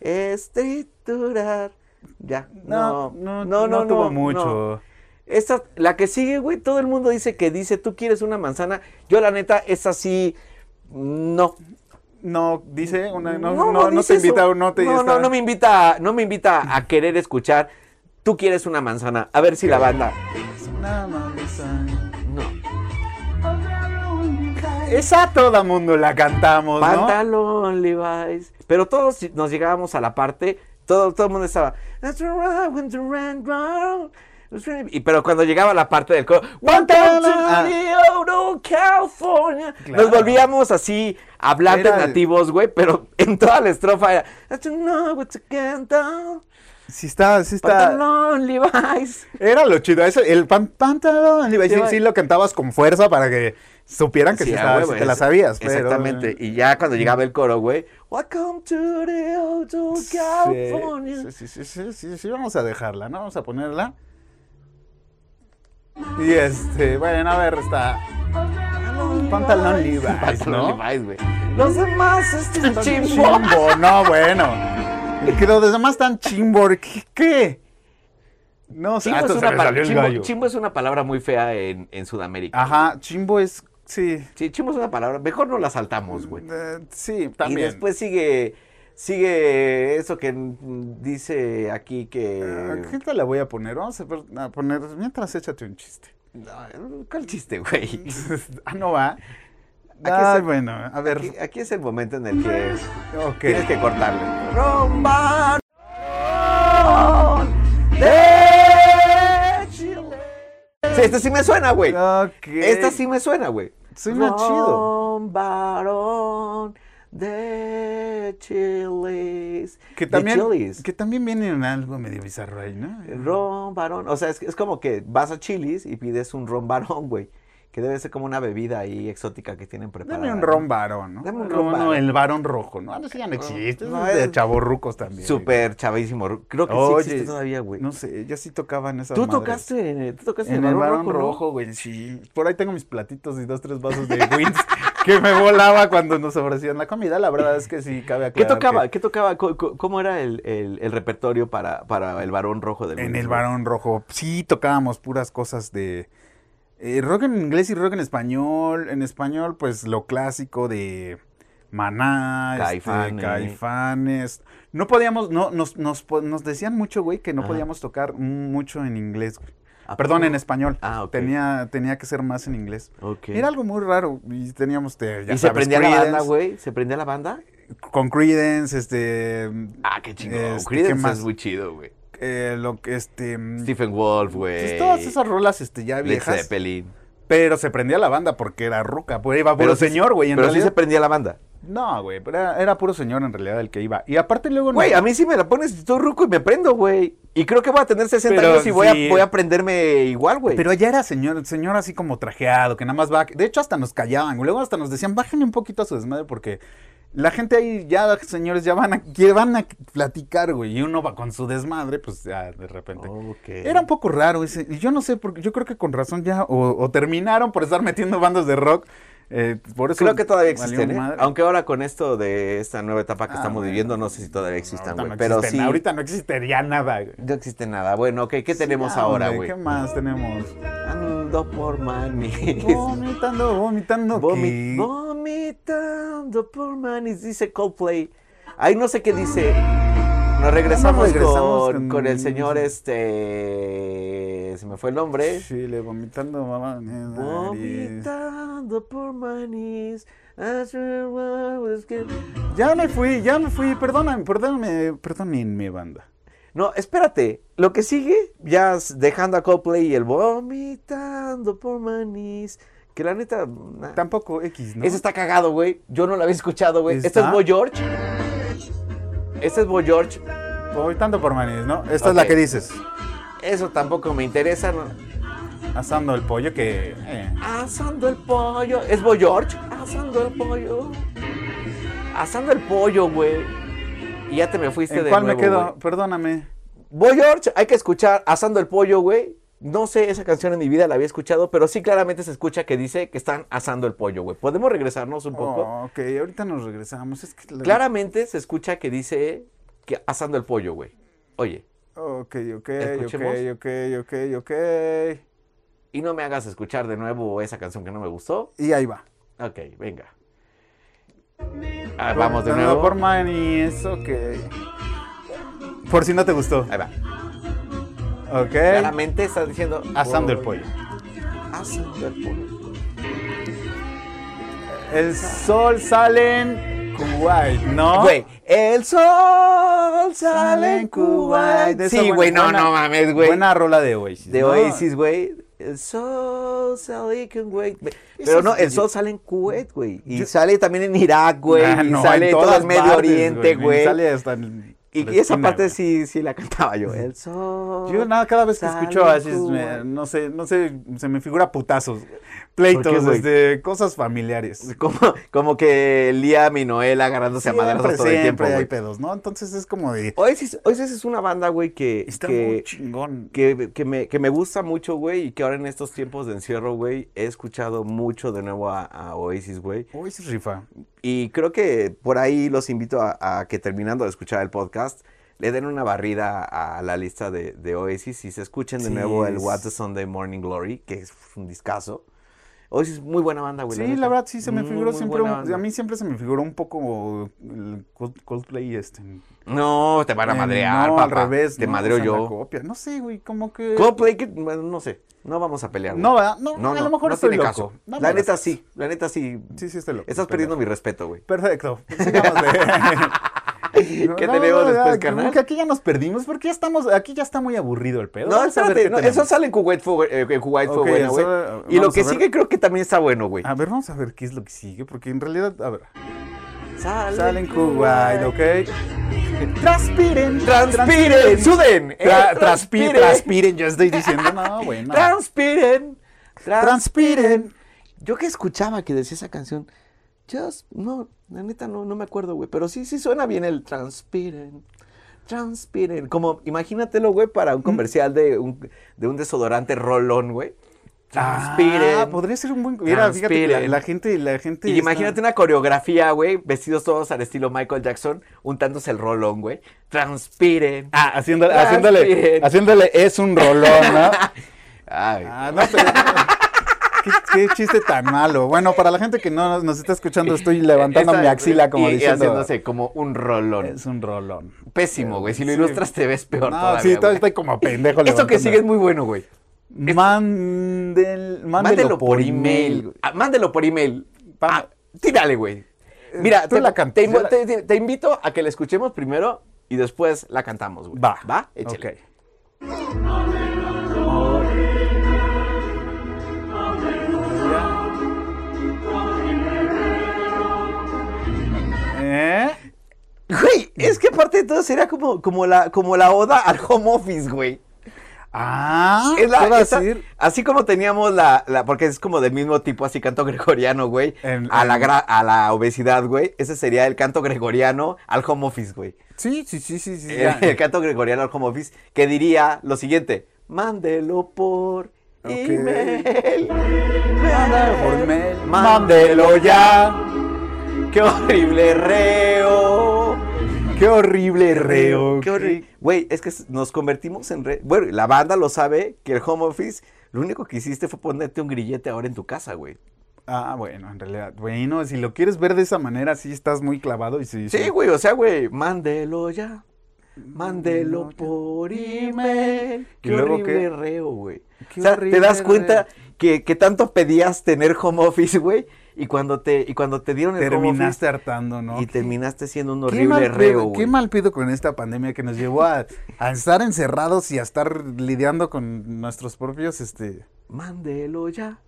Speaker 2: es triturar. Ya, no,
Speaker 3: no, no, no tuvo mucho.
Speaker 2: Esta, la que sigue, güey, todo el mundo dice que dice, tú quieres una manzana. Yo, la neta, es así, no.
Speaker 3: No, dice, una, no, no, no
Speaker 2: dice
Speaker 3: te invita
Speaker 2: eso.
Speaker 3: a un note y
Speaker 2: No,
Speaker 3: está.
Speaker 2: no, no me invita, no me invita a querer escuchar, tú quieres una manzana. A ver si la banda.
Speaker 3: Una manzana.
Speaker 2: No.
Speaker 3: Esa todo mundo la cantamos, ¿no?
Speaker 2: Pantalón, Levi's. Pero todos nos llegábamos a la parte, todo, todo el mundo estaba. "That's right, when the rain grows". Y, pero cuando llegaba la parte del coro, "Welcome to
Speaker 3: Ah.
Speaker 2: the Old California",
Speaker 3: Claro.
Speaker 2: nos volvíamos así hablantes
Speaker 3: Era el-
Speaker 2: nativos, güey, pero en toda la estrofa era "That's right, when the rain grows".
Speaker 3: Sí está, sí está.
Speaker 2: pantalón, Levi's.
Speaker 3: Era lo chido, eso, el pan, pantalón. iba a decir,
Speaker 2: Lleva-
Speaker 3: sí lo cantabas con fuerza para que supieran Ah, que sí
Speaker 2: a
Speaker 3: estaba-
Speaker 2: huevo,
Speaker 3: sí te la
Speaker 2: es-
Speaker 3: sabías. pero- eh.
Speaker 2: Exactamente. Y ya cuando llegaba el coro, güey, "Welcome to the Old
Speaker 3: Sí,
Speaker 2: California".
Speaker 3: Sí, sí, sí, sí, sí, sí, vamos a dejarla, ¿no? Vamos a ponerla. Y este, bueno, a ver, está. Pantalón Levi's,
Speaker 2: Pantalón
Speaker 3: ¿no?
Speaker 2: Levi's, güey. Los demás este están chimbo.
Speaker 3: Chimbo, no, bueno. Que los demás están chimbo, ¿qué? qué? No sé,
Speaker 2: Chimbo,
Speaker 3: hasta
Speaker 2: es
Speaker 3: se
Speaker 2: una
Speaker 3: me
Speaker 2: pa-
Speaker 3: salió el
Speaker 2: chimbo-
Speaker 3: gallo.
Speaker 2: chimbo es una palabra muy fea en, en Sudamérica.
Speaker 3: Ajá, chimbo es, sí,
Speaker 2: Sí, chimbo es una palabra. Mejor no la saltamos, güey.
Speaker 3: eh, sí,
Speaker 2: Y
Speaker 3: también.
Speaker 2: después sigue. Sigue eso que mm, dice aquí
Speaker 3: Eh, ¿Qué
Speaker 2: que.
Speaker 3: te la voy a poner? Vamos a, ver- a poner, mientras échate un chiste.
Speaker 2: No, ¿Cuál chiste, güey?
Speaker 3: ah, no va.
Speaker 2: se-
Speaker 3: Ay, bueno, a ver,
Speaker 2: Aquí, aquí es el momento en el que
Speaker 3: ok.
Speaker 2: tienes que cortarle. Rumba de Chile. Sí, este sí me suena, güey.
Speaker 3: Ok.
Speaker 2: Esta sí me suena, güey.
Speaker 3: Suena chido.
Speaker 2: Rombarón de chiles.
Speaker 3: Que
Speaker 2: De
Speaker 3: también,
Speaker 2: chilis.
Speaker 3: que también viene en algo medio bizarro ahí, ¿no?
Speaker 2: Rombarón. O sea, es, es como que vas a chilis y pides un rombarón, güey. Que debe ser como una bebida ahí exótica que tienen preparada.
Speaker 3: Dame un
Speaker 2: ¿no?
Speaker 3: ron varón, ¿no?
Speaker 2: Dame un
Speaker 3: No,
Speaker 2: ron
Speaker 3: no,
Speaker 2: varón.
Speaker 3: el varón rojo, ¿no? Ah, no, eso ya no existe.
Speaker 2: no,
Speaker 3: eso es de
Speaker 2: es-
Speaker 3: chavorrucos también.
Speaker 2: Súper chavísimo. ru- Creo que
Speaker 3: Oye,
Speaker 2: sí existe todavía, güey.
Speaker 3: No sé, yo sí tocaba en esa
Speaker 2: tú, tocaste, en el- tú tocaste
Speaker 3: en el varón
Speaker 2: Roco, ¿no?
Speaker 3: rojo, güey, sí. Por ahí tengo mis platitos y dos, tres vasos de wins que me volaba cuando nos ofrecían la comida. La verdad es que sí, cabe
Speaker 2: ¿Qué
Speaker 3: aclarar.
Speaker 2: tocaba?
Speaker 3: que
Speaker 2: ¿Qué tocaba? Co- co- ¿Cómo era el, el- el repertorio para, para el varón rojo del
Speaker 3: En
Speaker 2: Williams,
Speaker 3: el
Speaker 2: güey?
Speaker 3: varón rojo, sí tocábamos puras cosas de... eh, rock en inglés y rock en español. En español, pues lo clásico de Maná, este,
Speaker 2: Caifanes.
Speaker 3: Caifanes. No podíamos, no, nos, nos, po- nos decían mucho, güey, que no
Speaker 2: Ajá.
Speaker 3: podíamos tocar mucho en inglés. güey.
Speaker 2: ¿A
Speaker 3: Perdón,
Speaker 2: poco?
Speaker 3: en español.
Speaker 2: Ah, ok.
Speaker 3: Tenía, tenía que ser más en inglés.
Speaker 2: Ok.
Speaker 3: Era algo muy raro. Y teníamos, te- ya
Speaker 2: ¿Y se
Speaker 3: sabes,
Speaker 2: prendía la
Speaker 3: Creedence,
Speaker 2: banda, güey? ¿Se prendía la banda?
Speaker 3: Con Creedence, este.
Speaker 2: Ah, qué chingón.
Speaker 3: Este,
Speaker 2: Creedence
Speaker 3: ¿qué más?
Speaker 2: es muy chido, güey.
Speaker 3: eh, lo que este. mm,
Speaker 2: Stephen Wolf,
Speaker 3: pues,
Speaker 2: güey.
Speaker 3: todas esas rolas este, ya
Speaker 2: Led
Speaker 3: viejas.
Speaker 2: Zeppelin.
Speaker 3: Pero se prendía la banda porque era ruca. Pues iba puro
Speaker 2: sí-
Speaker 3: señor, güey. en
Speaker 2: Pero sí se
Speaker 3: realidad.
Speaker 2: prendía la banda.
Speaker 3: No, güey. pero Era, era puro señor en realidad el que iba. Y aparte luego.
Speaker 2: Güey, a mí sí me la pones, estoy ruco y me prendo, güey. Y creo que voy a tener 60
Speaker 3: Pero
Speaker 2: años y voy,
Speaker 3: sí.
Speaker 2: a, voy a prenderme igual, güey.
Speaker 3: Pero allá era señor, señor así como trajeado, que nada más va. De hecho, hasta nos callaban, güey. Luego hasta nos decían, bájenle un poquito a su desmadre porque la gente ahí, ya, señores, ya van a, ya van a platicar, güey. Y uno va con su desmadre, pues ya de repente.
Speaker 2: Ok.
Speaker 3: Era un poco raro ese. Y yo no sé, porque yo creo que con razón ya. O, o terminaron por estar metiendo bandas de rock. eh, por eso
Speaker 2: Creo que todavía
Speaker 3: valió
Speaker 2: existen, ¿eh?
Speaker 3: madre.
Speaker 2: Aunque ahora con esto de esta nueva etapa que
Speaker 3: Ah,
Speaker 2: estamos
Speaker 3: bueno.
Speaker 2: viviendo, no sé si todavía existan,
Speaker 3: Ahorita
Speaker 2: güey.
Speaker 3: no
Speaker 2: pero
Speaker 3: existen,
Speaker 2: sí,
Speaker 3: Ahorita no existiría nada, güey.
Speaker 2: no existe nada. Bueno, ok, ¿qué tenemos
Speaker 3: Ya,
Speaker 2: ahora,
Speaker 3: ah, hombre,
Speaker 2: güey?
Speaker 3: ¿Qué más tenemos?
Speaker 2: Ando por manis.
Speaker 3: Vomitando, vomitando.
Speaker 2: Vomi-
Speaker 3: ¿qué?
Speaker 2: vomitando por manis, dice Coldplay. Ahí no sé qué dice. Nos regresamos,
Speaker 3: Ah, regresamos
Speaker 2: con,
Speaker 3: con-
Speaker 2: con el señor este... Se me fue el nombre.
Speaker 3: Chile, vomitando, mamá. nariz.
Speaker 2: Vomitando por manis. as you were with skin.
Speaker 3: Ya me fui, ya me fui. Perdóname, perdóname, perdónenme, banda.
Speaker 2: No, espérate. Lo que sigue, ya s- dejando a Coldplay y el vomitando por manís. Que la neta. nah.
Speaker 3: Tampoco X, ¿no?
Speaker 2: Ese está cagado, güey. Yo no la había escuchado, güey. Este es
Speaker 3: ¿Está?
Speaker 2: Boy George. Este es Boy George.
Speaker 3: Voy tanto por manis, ¿no? Esta
Speaker 2: Ok.
Speaker 3: es la que dices.
Speaker 2: Eso tampoco me interesa. ¿no?
Speaker 3: Asando el pollo que... eh.
Speaker 2: Asando el pollo. Es Boy George. Asando el pollo. Asando el pollo, güey. Y ya te me fuiste
Speaker 3: ¿En
Speaker 2: de
Speaker 3: cuál
Speaker 2: nuevo,
Speaker 3: me quedo?
Speaker 2: güey.
Speaker 3: Perdóname.
Speaker 2: Boy George, hay que escuchar Asando el Pollo, güey. No sé, esa canción en mi vida la había escuchado, pero sí claramente se escucha que dice que están asando el pollo, güey. ¿Podemos regresarnos un poco?
Speaker 3: Oh, ok, ahorita nos regresamos. Es que la-
Speaker 2: Claramente se escucha que dice que asando el pollo, güey. Oye,
Speaker 3: Ok, ok, ok,
Speaker 2: Escuchemos.
Speaker 3: ok, ok, ok.
Speaker 2: y no me hagas escuchar de nuevo esa canción que no me gustó.
Speaker 3: Y ahí va.
Speaker 2: Ok, venga. Ah, vamos de nuevo.
Speaker 3: por manis, ok. Por si no te gustó.
Speaker 2: Ahí va.
Speaker 3: Ok.
Speaker 2: Claramente está diciendo
Speaker 3: Asando el pollo.
Speaker 2: Asando el pollo.
Speaker 3: El sol sale en Kuwait, ¿no?
Speaker 2: Güey, el sol sale en Cuba.
Speaker 3: De esa
Speaker 2: Sí,
Speaker 3: buena-
Speaker 2: güey, no,
Speaker 3: buena-
Speaker 2: no mames, güey.
Speaker 3: Buena rola de Oasis.
Speaker 2: De
Speaker 3: ¿no?
Speaker 2: Oasis, güey. El sol sale en Kuwait. güey.
Speaker 3: Eso
Speaker 2: Pero no,
Speaker 3: sí,
Speaker 2: el
Speaker 3: yo-
Speaker 2: sol sale en Kuwait, güey. Y
Speaker 3: Yo-
Speaker 2: sale también en Irak, güey.
Speaker 3: Ah,
Speaker 2: y
Speaker 3: no,
Speaker 2: sale en todo
Speaker 3: todas
Speaker 2: el Medio
Speaker 3: partes,
Speaker 2: Oriente, güey.
Speaker 3: Sale hasta en
Speaker 2: Y,
Speaker 3: la
Speaker 2: y esa
Speaker 3: esquina,
Speaker 2: parte
Speaker 3: güey.
Speaker 2: sí, sí la cantaba yo. El sol.
Speaker 3: Yo nada, cada vez que
Speaker 2: sale
Speaker 3: escucho
Speaker 2: en
Speaker 3: Oasis, me-
Speaker 2: Kuwait.
Speaker 3: no sé, no sé, se me figura putazos, pleitos,
Speaker 2: güey?
Speaker 3: este, cosas familiares.
Speaker 2: Como, como que Liam y Noel agarrándose a madrazos todo el tiempo,
Speaker 3: siempre hay
Speaker 2: güey.
Speaker 3: pedos, ¿no? Entonces es como de...
Speaker 2: Oasis, Oasis es una banda, güey, que,
Speaker 3: Está muy
Speaker 2: que,
Speaker 3: chingón.
Speaker 2: que, que me, que me gusta mucho, güey, y que ahora en estos tiempos de encierro, güey, he escuchado mucho de nuevo a- a Oasis, güey.
Speaker 3: Oasis rifa.
Speaker 2: Y creo que por ahí los invito a, a que terminando de escuchar el podcast, le den una barrida a la lista de, de Oasis y se escuchen de
Speaker 3: Sí,
Speaker 2: nuevo el
Speaker 3: es-
Speaker 2: What's the Sunday Morning Glory, que es un discazo. Oasis, muy buena banda, güey.
Speaker 3: Sí,
Speaker 2: neta.
Speaker 3: la verdad, sí se me
Speaker 2: Muy,
Speaker 3: figuró
Speaker 2: muy
Speaker 3: siempre,
Speaker 2: buena
Speaker 3: un-
Speaker 2: banda.
Speaker 3: a mí siempre se me figuró un poco el Cold- Coldplay este.
Speaker 2: No, te van a
Speaker 3: Eh,
Speaker 2: madrear,
Speaker 3: no, al
Speaker 2: papá.
Speaker 3: revés.
Speaker 2: Te
Speaker 3: no,
Speaker 2: madreo
Speaker 3: esa es la
Speaker 2: yo.
Speaker 3: copia. No sé, güey, como que...
Speaker 2: Coldplay, que- bueno, no sé. No vamos a pelear, güey.
Speaker 3: No, ¿verdad? No,
Speaker 2: No,
Speaker 3: a
Speaker 2: no,
Speaker 3: lo mejor
Speaker 2: no
Speaker 3: estoy
Speaker 2: tiene
Speaker 3: loco.
Speaker 2: caso.
Speaker 3: No me
Speaker 2: la neta
Speaker 3: hagas-
Speaker 2: sí, la neta sí.
Speaker 3: Sí, sí, estoy loco.
Speaker 2: Estás
Speaker 3: pendejo.
Speaker 2: perdiendo mi respeto, güey.
Speaker 3: Perfecto. sigamos de-
Speaker 2: ¿Qué tenemos después,
Speaker 3: ya,
Speaker 2: carnal?
Speaker 3: como que aquí ya nos perdimos porque ya estamos, aquí ya está muy aburrido el pedo.
Speaker 2: No,
Speaker 3: Vamos a ver
Speaker 2: espérate,
Speaker 3: qué
Speaker 2: no,
Speaker 3: tenemos.
Speaker 2: eso sale en Kuwait fue, eh, en Kuwait fue
Speaker 3: Ok,
Speaker 2: bueno, güey.
Speaker 3: eso,
Speaker 2: Y lo
Speaker 3: vamos
Speaker 2: que
Speaker 3: a ver. Ah,
Speaker 2: sigue creo que también está bueno, güey.
Speaker 3: A ver, vamos a ver qué es lo que sigue, porque en realidad, a ver.
Speaker 2: Salen
Speaker 3: Salen Kuwait, ¿ok? Transpiren,
Speaker 2: Transpiren, suden. eh,
Speaker 3: Tra- transpi-
Speaker 2: transpiren.
Speaker 3: transpiren, yo estoy diciendo, no, güey, no.
Speaker 2: Transpiren.
Speaker 3: Transpiren.
Speaker 2: Yo que escuchaba que decía esa canción. Just, no, la neta no, no me acuerdo, güey. Pero sí, sí suena bien el transpiren. Transpiren. Como, imagínatelo, güey, para
Speaker 3: ¿Mm?
Speaker 2: un comercial de un, de un desodorante rolón, güey. Transpiren.
Speaker 3: Ah, podría ser un buen. Mira, fíjate que la,
Speaker 2: Transpiren.
Speaker 3: la gente, la gente.
Speaker 2: Y
Speaker 3: está-
Speaker 2: imagínate una coreografía, güey, vestidos todos al estilo Michael Jackson, untándose el rolón, güey. Transpiren.
Speaker 3: Ah, haciéndole,
Speaker 2: Transpiren.
Speaker 3: haciéndole, haciéndole, es un rolón, ¿no?
Speaker 2: Ay.
Speaker 3: Ah, no, pero- qué, qué chiste tan malo. Bueno, para la gente que no nos, nos está escuchando, estoy levantando
Speaker 2: Esta-
Speaker 3: mi axila como
Speaker 2: y- y
Speaker 3: diciendo.
Speaker 2: haciéndose como un rolón.
Speaker 3: Es un rolón.
Speaker 2: Pésimo, güey. Si lo
Speaker 3: Sí.
Speaker 2: ilustras te ves peor
Speaker 3: no,
Speaker 2: todavía,
Speaker 3: sí,
Speaker 2: güey.
Speaker 3: estoy, estoy como pendejo.
Speaker 2: Esto que
Speaker 3: levantando.
Speaker 2: sigue es muy bueno, güey.
Speaker 3: Mandel, mándelo,
Speaker 2: Mándelo por email.
Speaker 3: güey.
Speaker 2: Ah, mándelo por email. Ah,
Speaker 3: Pa-
Speaker 2: tírale, güey. Mira,
Speaker 3: Eh, tú
Speaker 2: te,
Speaker 3: la can-
Speaker 2: te,
Speaker 3: yo la-
Speaker 2: te- te- te invito a que la escuchemos primero y después la cantamos, güey.
Speaker 3: Va.
Speaker 2: Va, échale.
Speaker 3: Ok. ¿Eh?
Speaker 2: Güey,
Speaker 3: Mm.
Speaker 2: es que aparte de todo sería como, como, la, como la oda al home office, güey.
Speaker 3: Ah,
Speaker 2: Es la-
Speaker 3: ¿qué iba a
Speaker 2: esa-
Speaker 3: decir?
Speaker 2: así como teníamos la, la- porque es como del mismo tipo, así canto gregoriano, güey,
Speaker 3: En-
Speaker 2: a, la
Speaker 3: en-
Speaker 2: gra- a la obesidad, güey, ese sería el canto gregoriano al home office, güey.
Speaker 3: Sí, sí, sí, sí, sí.
Speaker 2: El,
Speaker 3: ya.
Speaker 2: el Eh, canto gregoriano al home office, que diría lo siguiente, mándelo por
Speaker 3: Ok.
Speaker 2: email.
Speaker 3: Mándalo por email.
Speaker 2: Mándelo ya. Qué horrible reo.
Speaker 3: Qué horrible reo.
Speaker 2: Qué horrible. Güey, es que s- nos convertimos en re... Bueno, la banda lo sabe que el home office, lo único que hiciste fue ponerte un grillete ahora en tu casa, güey.
Speaker 3: Ah, bueno, en realidad. Bueno, si lo quieres ver de esa manera, sí estás muy clavado y sí.
Speaker 2: Sí, güey, o sea, güey, mándelo ya. Mándelo por email.
Speaker 3: ¿Y
Speaker 2: Qué
Speaker 3: luego
Speaker 2: horrible
Speaker 3: qué?
Speaker 2: reo, güey.
Speaker 3: Qué
Speaker 2: O sea, te das
Speaker 3: horrible
Speaker 2: cuenta
Speaker 3: reo.
Speaker 2: que, que tanto pedías tener home office, güey, y cuando te, y cuando te dieron el home office
Speaker 3: Terminaste hartando, ¿no?
Speaker 2: y terminaste siendo un
Speaker 3: Qué
Speaker 2: horrible
Speaker 3: mal,
Speaker 2: reo,
Speaker 3: pedo,
Speaker 2: güey.
Speaker 3: qué mal pedo con esta pandemia que nos llevó a, a estar encerrados y a estar lidiando con nuestros propios, este...
Speaker 2: Mándelo ya.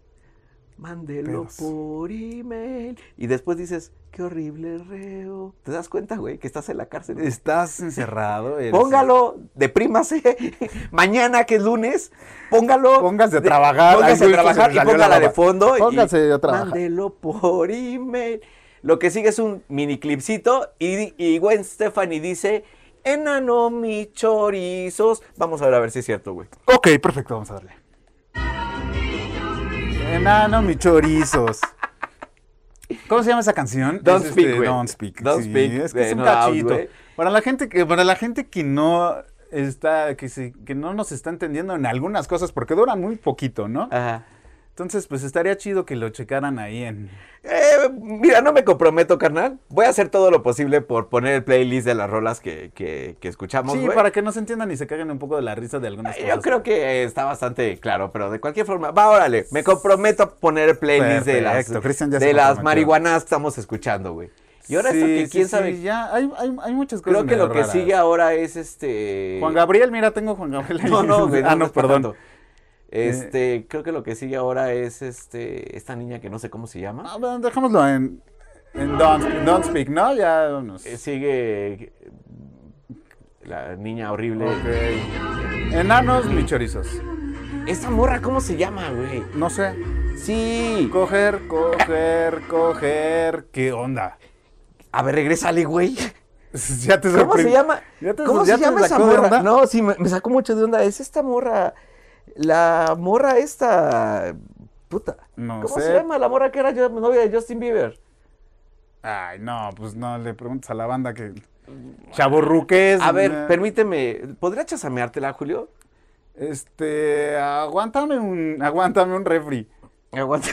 Speaker 2: Mándelo
Speaker 3: Pedos.
Speaker 2: por email. Y después dices, qué horrible reo. ¿Te das cuenta, güey, que estás en la cárcel? güey?
Speaker 3: Estás encerrado. eres-
Speaker 2: Póngalo, deprímase. Mañana, que es lunes, póngalo.
Speaker 3: Póngase a
Speaker 2: de-
Speaker 3: trabajar.
Speaker 2: Póngase a
Speaker 3: Ay, güey, esto se
Speaker 2: trabajar
Speaker 3: me
Speaker 2: y
Speaker 3: salió la
Speaker 2: póngala de
Speaker 3: baba.
Speaker 2: fondo. y
Speaker 3: Póngase a trabajar.
Speaker 2: Mándelo por email. Lo que sigue es un mini clipcito y, y Gwen Stefani dice, enano mis chorizos. Vamos a ver a ver si es cierto, güey.
Speaker 3: Ok, perfecto, vamos a darle. Enano, mis chorizos. ¿Cómo se llama esa canción?
Speaker 2: Don't
Speaker 3: Es, este,
Speaker 2: Speak, güey.
Speaker 3: Don't Speak.
Speaker 2: Don't
Speaker 3: sí,
Speaker 2: Speak
Speaker 3: Es que es
Speaker 2: de
Speaker 3: un
Speaker 2: Noah,
Speaker 3: cachito.
Speaker 2: güey.
Speaker 3: Para la gente que, para la gente que no está, que, se- que no nos está entendiendo en algunas cosas, porque duran muy poquito, ¿no?
Speaker 2: Ajá.
Speaker 3: Entonces, pues estaría chido que lo checaran ahí en.
Speaker 2: Eh, mira, no me comprometo, carnal. Voy a hacer todo lo posible por poner el playlist de las rolas que, que- que escuchamos.
Speaker 3: Sí,
Speaker 2: güey.
Speaker 3: para que no se entiendan y se caguen un poco de la risa de algunas cosas.
Speaker 2: Yo creo que está bastante claro, pero de cualquier forma, va, órale, me comprometo a poner el playlist de las,
Speaker 3: Perfecto, Cristian ya se
Speaker 2: de las
Speaker 3: comprometió.
Speaker 2: marihuanas que estamos escuchando, güey. Y ahora esto
Speaker 3: Sí,
Speaker 2: que
Speaker 3: sí,
Speaker 2: quién
Speaker 3: sí,
Speaker 2: sabe,
Speaker 3: Ya, hay, hay, hay muchas cosas.
Speaker 2: creo que
Speaker 3: medio
Speaker 2: lo que
Speaker 3: raras.
Speaker 2: sigue ahora es este...
Speaker 3: Juan Gabriel, mira, tengo Juan Gabriel ahí.
Speaker 2: No, no, güey,
Speaker 3: Ah, no,
Speaker 2: está
Speaker 3: perdón.
Speaker 2: tanto. Este, creo que lo que sigue ahora es este, esta niña que no sé cómo se llama.
Speaker 3: Ah, bueno, dejémoslo en, en don't, Speak- Don't Speak, ¿no? Ya vámonos.
Speaker 2: Eh, sigue eh, la niña horrible.
Speaker 3: Ok. Enanos ni chorizos.
Speaker 2: Esta morra, ¿cómo se llama, güey?
Speaker 3: No sé.
Speaker 2: Sí.
Speaker 3: Coger, coger, coger. ¿Qué onda?
Speaker 2: A ver, regrésale, güey.
Speaker 3: Ya te
Speaker 2: ¿Cómo se
Speaker 3: sorprendí.
Speaker 2: llama?
Speaker 3: Ya te-
Speaker 2: ¿Cómo
Speaker 3: ya
Speaker 2: se
Speaker 3: te
Speaker 2: llama esa
Speaker 3: sacó de
Speaker 2: morra?
Speaker 3: onda.
Speaker 2: No, sí, me, me sacó mucho de onda. Es esta morra. La morra esta. Puta.
Speaker 3: No
Speaker 2: ¿Cómo
Speaker 3: sé.
Speaker 2: se llama la morra que era yo- novia de Justin Bieber?
Speaker 3: Ay, no, pues no, le preguntas a la banda que. Chaborruques.
Speaker 2: A ver,
Speaker 3: eh,
Speaker 2: permíteme. ¿Podría chasameártela, Julio?
Speaker 3: Este. Aguántame un. Aguántame un refri.
Speaker 2: Aguanta.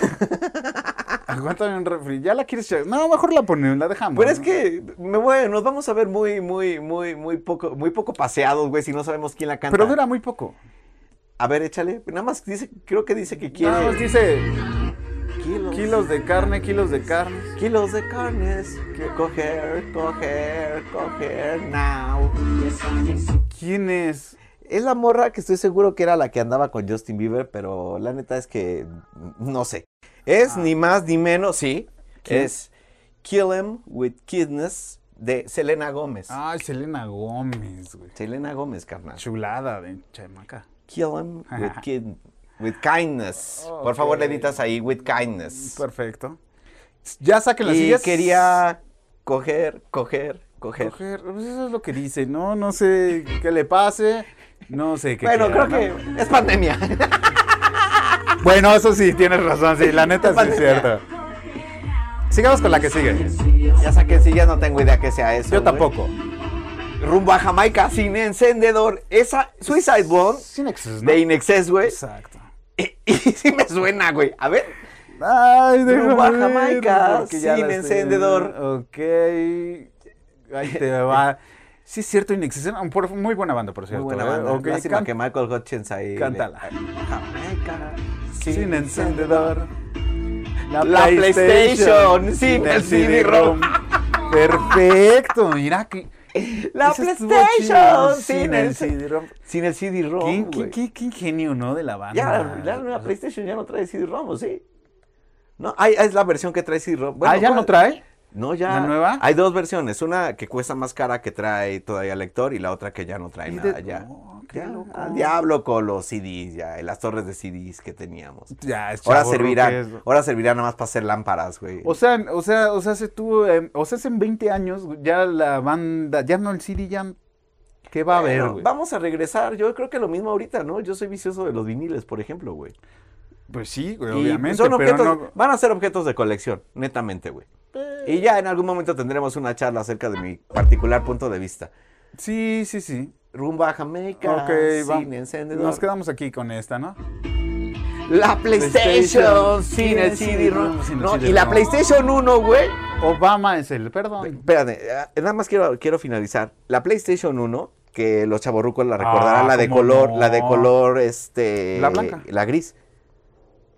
Speaker 3: Aguántame un refri. Ya la quieres. echar? No, mejor la ponemos, la dejamos.
Speaker 2: Pero es
Speaker 3: ¿no?
Speaker 2: que, me voy, nos vamos a ver muy, muy, muy, muy poco, muy poco paseados, güey, si no sabemos quién la canta.
Speaker 3: Pero dura muy poco.
Speaker 2: A ver, échale. Nada más dice, creo que dice que quiere.
Speaker 3: Nada más dice
Speaker 2: kilos,
Speaker 3: kilos de carne, kilos de carne.
Speaker 2: kilos de carnes. Que coger, coger, coger now.
Speaker 3: ¿Quién es?
Speaker 2: Es la morra que estoy seguro que era la que andaba con Justin Bieber, pero la neta es que no sé. Es ni más ni menos, sí.
Speaker 3: ¿Quién?
Speaker 2: Es Kill Em with Kidness de Selena Gómez.
Speaker 3: Ay, Selena Gómez, güey.
Speaker 2: Selena Gómez, carnal.
Speaker 3: Chulada de chamaca.
Speaker 2: Kill Em with, kin- with kindness. Por favor, le editas ahí, with kindness.
Speaker 3: Perfecto. Ya saquen las
Speaker 2: Y
Speaker 3: sillas.
Speaker 2: quería coger, coger, coger.
Speaker 3: Coger, pues eso es lo que dice, ¿no? No sé qué le pase. No sé qué.
Speaker 2: Bueno,
Speaker 3: quiera,
Speaker 2: creo que
Speaker 3: ¿no?
Speaker 2: es pandemia.
Speaker 3: Bueno, eso sí, tienes razón, sí, la neta sí es
Speaker 2: Vale.
Speaker 3: cierto. Sigamos con la que sigue.
Speaker 2: ya saqué, sí, ya no tengo idea que sea eso.
Speaker 3: Yo
Speaker 2: güey.
Speaker 3: tampoco.
Speaker 2: Rumbo a Jamaica sin encendedor. Esa Suicide Bomb
Speaker 3: Sin excesos, pues, ¿no?
Speaker 2: de Inexcess, güey.
Speaker 3: Exacto.
Speaker 2: Y, y sí me suena, güey. A ver.
Speaker 3: Ay, déjame
Speaker 2: Rumba
Speaker 3: ver,
Speaker 2: Jamaica,
Speaker 3: porque ya
Speaker 2: sin
Speaker 3: la estoy
Speaker 2: encendedor.
Speaker 3: viendo. Ok. Ahí te va. Sí, es cierto, Inexcess. Muy buena banda, por
Speaker 2: Muy
Speaker 3: cierto.
Speaker 2: buena
Speaker 3: ¿eh?
Speaker 2: banda.
Speaker 3: Ok,
Speaker 2: Lástima
Speaker 3: can-
Speaker 2: que Michael Hutchins ahí. le-
Speaker 3: cántala.
Speaker 2: Jamaica
Speaker 3: Sin encendedor.
Speaker 2: La PlayStation, sin el CD-ROM.
Speaker 3: Perfecto, mira que.
Speaker 2: La
Speaker 3: Ese estuvo
Speaker 2: PlayStation
Speaker 3: chido,
Speaker 2: sin el
Speaker 3: CD-ROM.
Speaker 2: Sin el CD-ROM,
Speaker 3: ¿Qué,
Speaker 2: güey.
Speaker 3: qué, qué, qué ingenio, ¿no? De la banda.
Speaker 2: Ya, la nueva PlayStation ya no trae CD-ROM, ¿o ¿sí? No, hay, es la versión que trae CD-ROM. Bueno,
Speaker 3: ah, ya
Speaker 2: ¿cuál?
Speaker 3: no trae.
Speaker 2: No, ya.
Speaker 3: ¿La nueva?
Speaker 2: Hay dos versiones. Una que cuesta más cara que trae todavía lector y la otra que ya no trae
Speaker 3: Y de-
Speaker 2: nada. Ya.
Speaker 3: Oh, qué
Speaker 2: Ya,
Speaker 3: loco.
Speaker 2: al diablo con los CDs, ya. y Las torres de CDs que teníamos.
Speaker 3: Ya, es
Speaker 2: Ahora
Speaker 3: chavorruco
Speaker 2: servirán.
Speaker 3: eso.
Speaker 2: Ahora servirán nada más para hacer lámparas, güey.
Speaker 3: O sea, o sea, o sea, se tuvo, em, o sea, hace 20 años ya la banda, ya no el CD, ya, ¿qué va a haber,
Speaker 2: Bueno,
Speaker 3: güey?
Speaker 2: vamos a regresar. Yo creo que lo mismo ahorita, ¿no? Yo soy vicioso de los viniles, por ejemplo, güey.
Speaker 3: Pues sí, güey,
Speaker 2: Y
Speaker 3: obviamente,
Speaker 2: son
Speaker 3: pero
Speaker 2: objetos-
Speaker 3: no... Eh.
Speaker 2: Van a ser objetos de colección, netamente, güey. Y ya en algún momento tendremos una charla acerca de mi particular punto de vista.
Speaker 3: Sí, sí, sí.
Speaker 2: Rumba a Jamaica,
Speaker 3: Ok,
Speaker 2: sin
Speaker 3: vamos.
Speaker 2: encendedor.
Speaker 3: Nos quedamos aquí con esta, ¿no?
Speaker 2: La PlayStation
Speaker 3: PlayStation
Speaker 2: sin el
Speaker 3: sin
Speaker 2: CD-ROM.
Speaker 3: sin el
Speaker 2: No, y
Speaker 3: CD-ROM.
Speaker 2: la PlayStation 1, güey.
Speaker 3: Obama es el, perdón.
Speaker 2: Espérate, eh, nada más quiero, quiero finalizar. La PlayStation 1, que los chavorrucos la recordarán,
Speaker 3: Ah,
Speaker 2: la de
Speaker 3: cómo
Speaker 2: color,
Speaker 3: no.
Speaker 2: la de color, este.
Speaker 3: La blanca.
Speaker 2: La gris.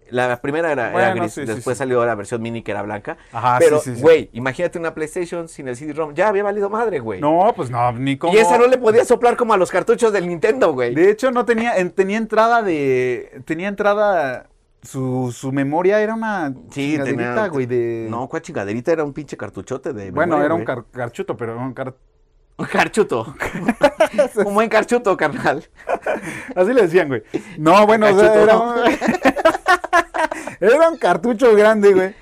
Speaker 2: La primera era, era
Speaker 3: Bueno,
Speaker 2: gris,
Speaker 3: sí, sí,
Speaker 2: después
Speaker 3: sí.
Speaker 2: salió la versión mini que era blanca.
Speaker 3: Ajá, sí,
Speaker 2: Pero,
Speaker 3: sí, sí.
Speaker 2: güey, imagínate una PlayStation sin el CD-ROM. Ya había valido madre, güey.
Speaker 3: No, pues no, ni como...
Speaker 2: Y esa no le podía soplar como a los cartuchos del Nintendo, güey.
Speaker 3: De hecho, no tenía, en- tenía entrada de, tenía entrada su, su memoria era una
Speaker 2: Sí,
Speaker 3: chingaderita,
Speaker 2: tenía-
Speaker 3: güey, de...
Speaker 2: No, ¿cuál chingaderita? Era un pinche cartuchote de.
Speaker 3: bueno,
Speaker 2: memoria,
Speaker 3: era un
Speaker 2: güey.
Speaker 3: car- carchuto, pero era un car-
Speaker 2: Un carchuto. un buen carchuto, carnal.
Speaker 3: Así le decían, güey. No, bueno, o sea,
Speaker 2: Carchuto,
Speaker 3: era,
Speaker 2: ¿no?
Speaker 3: un- era un cartucho grande, güey,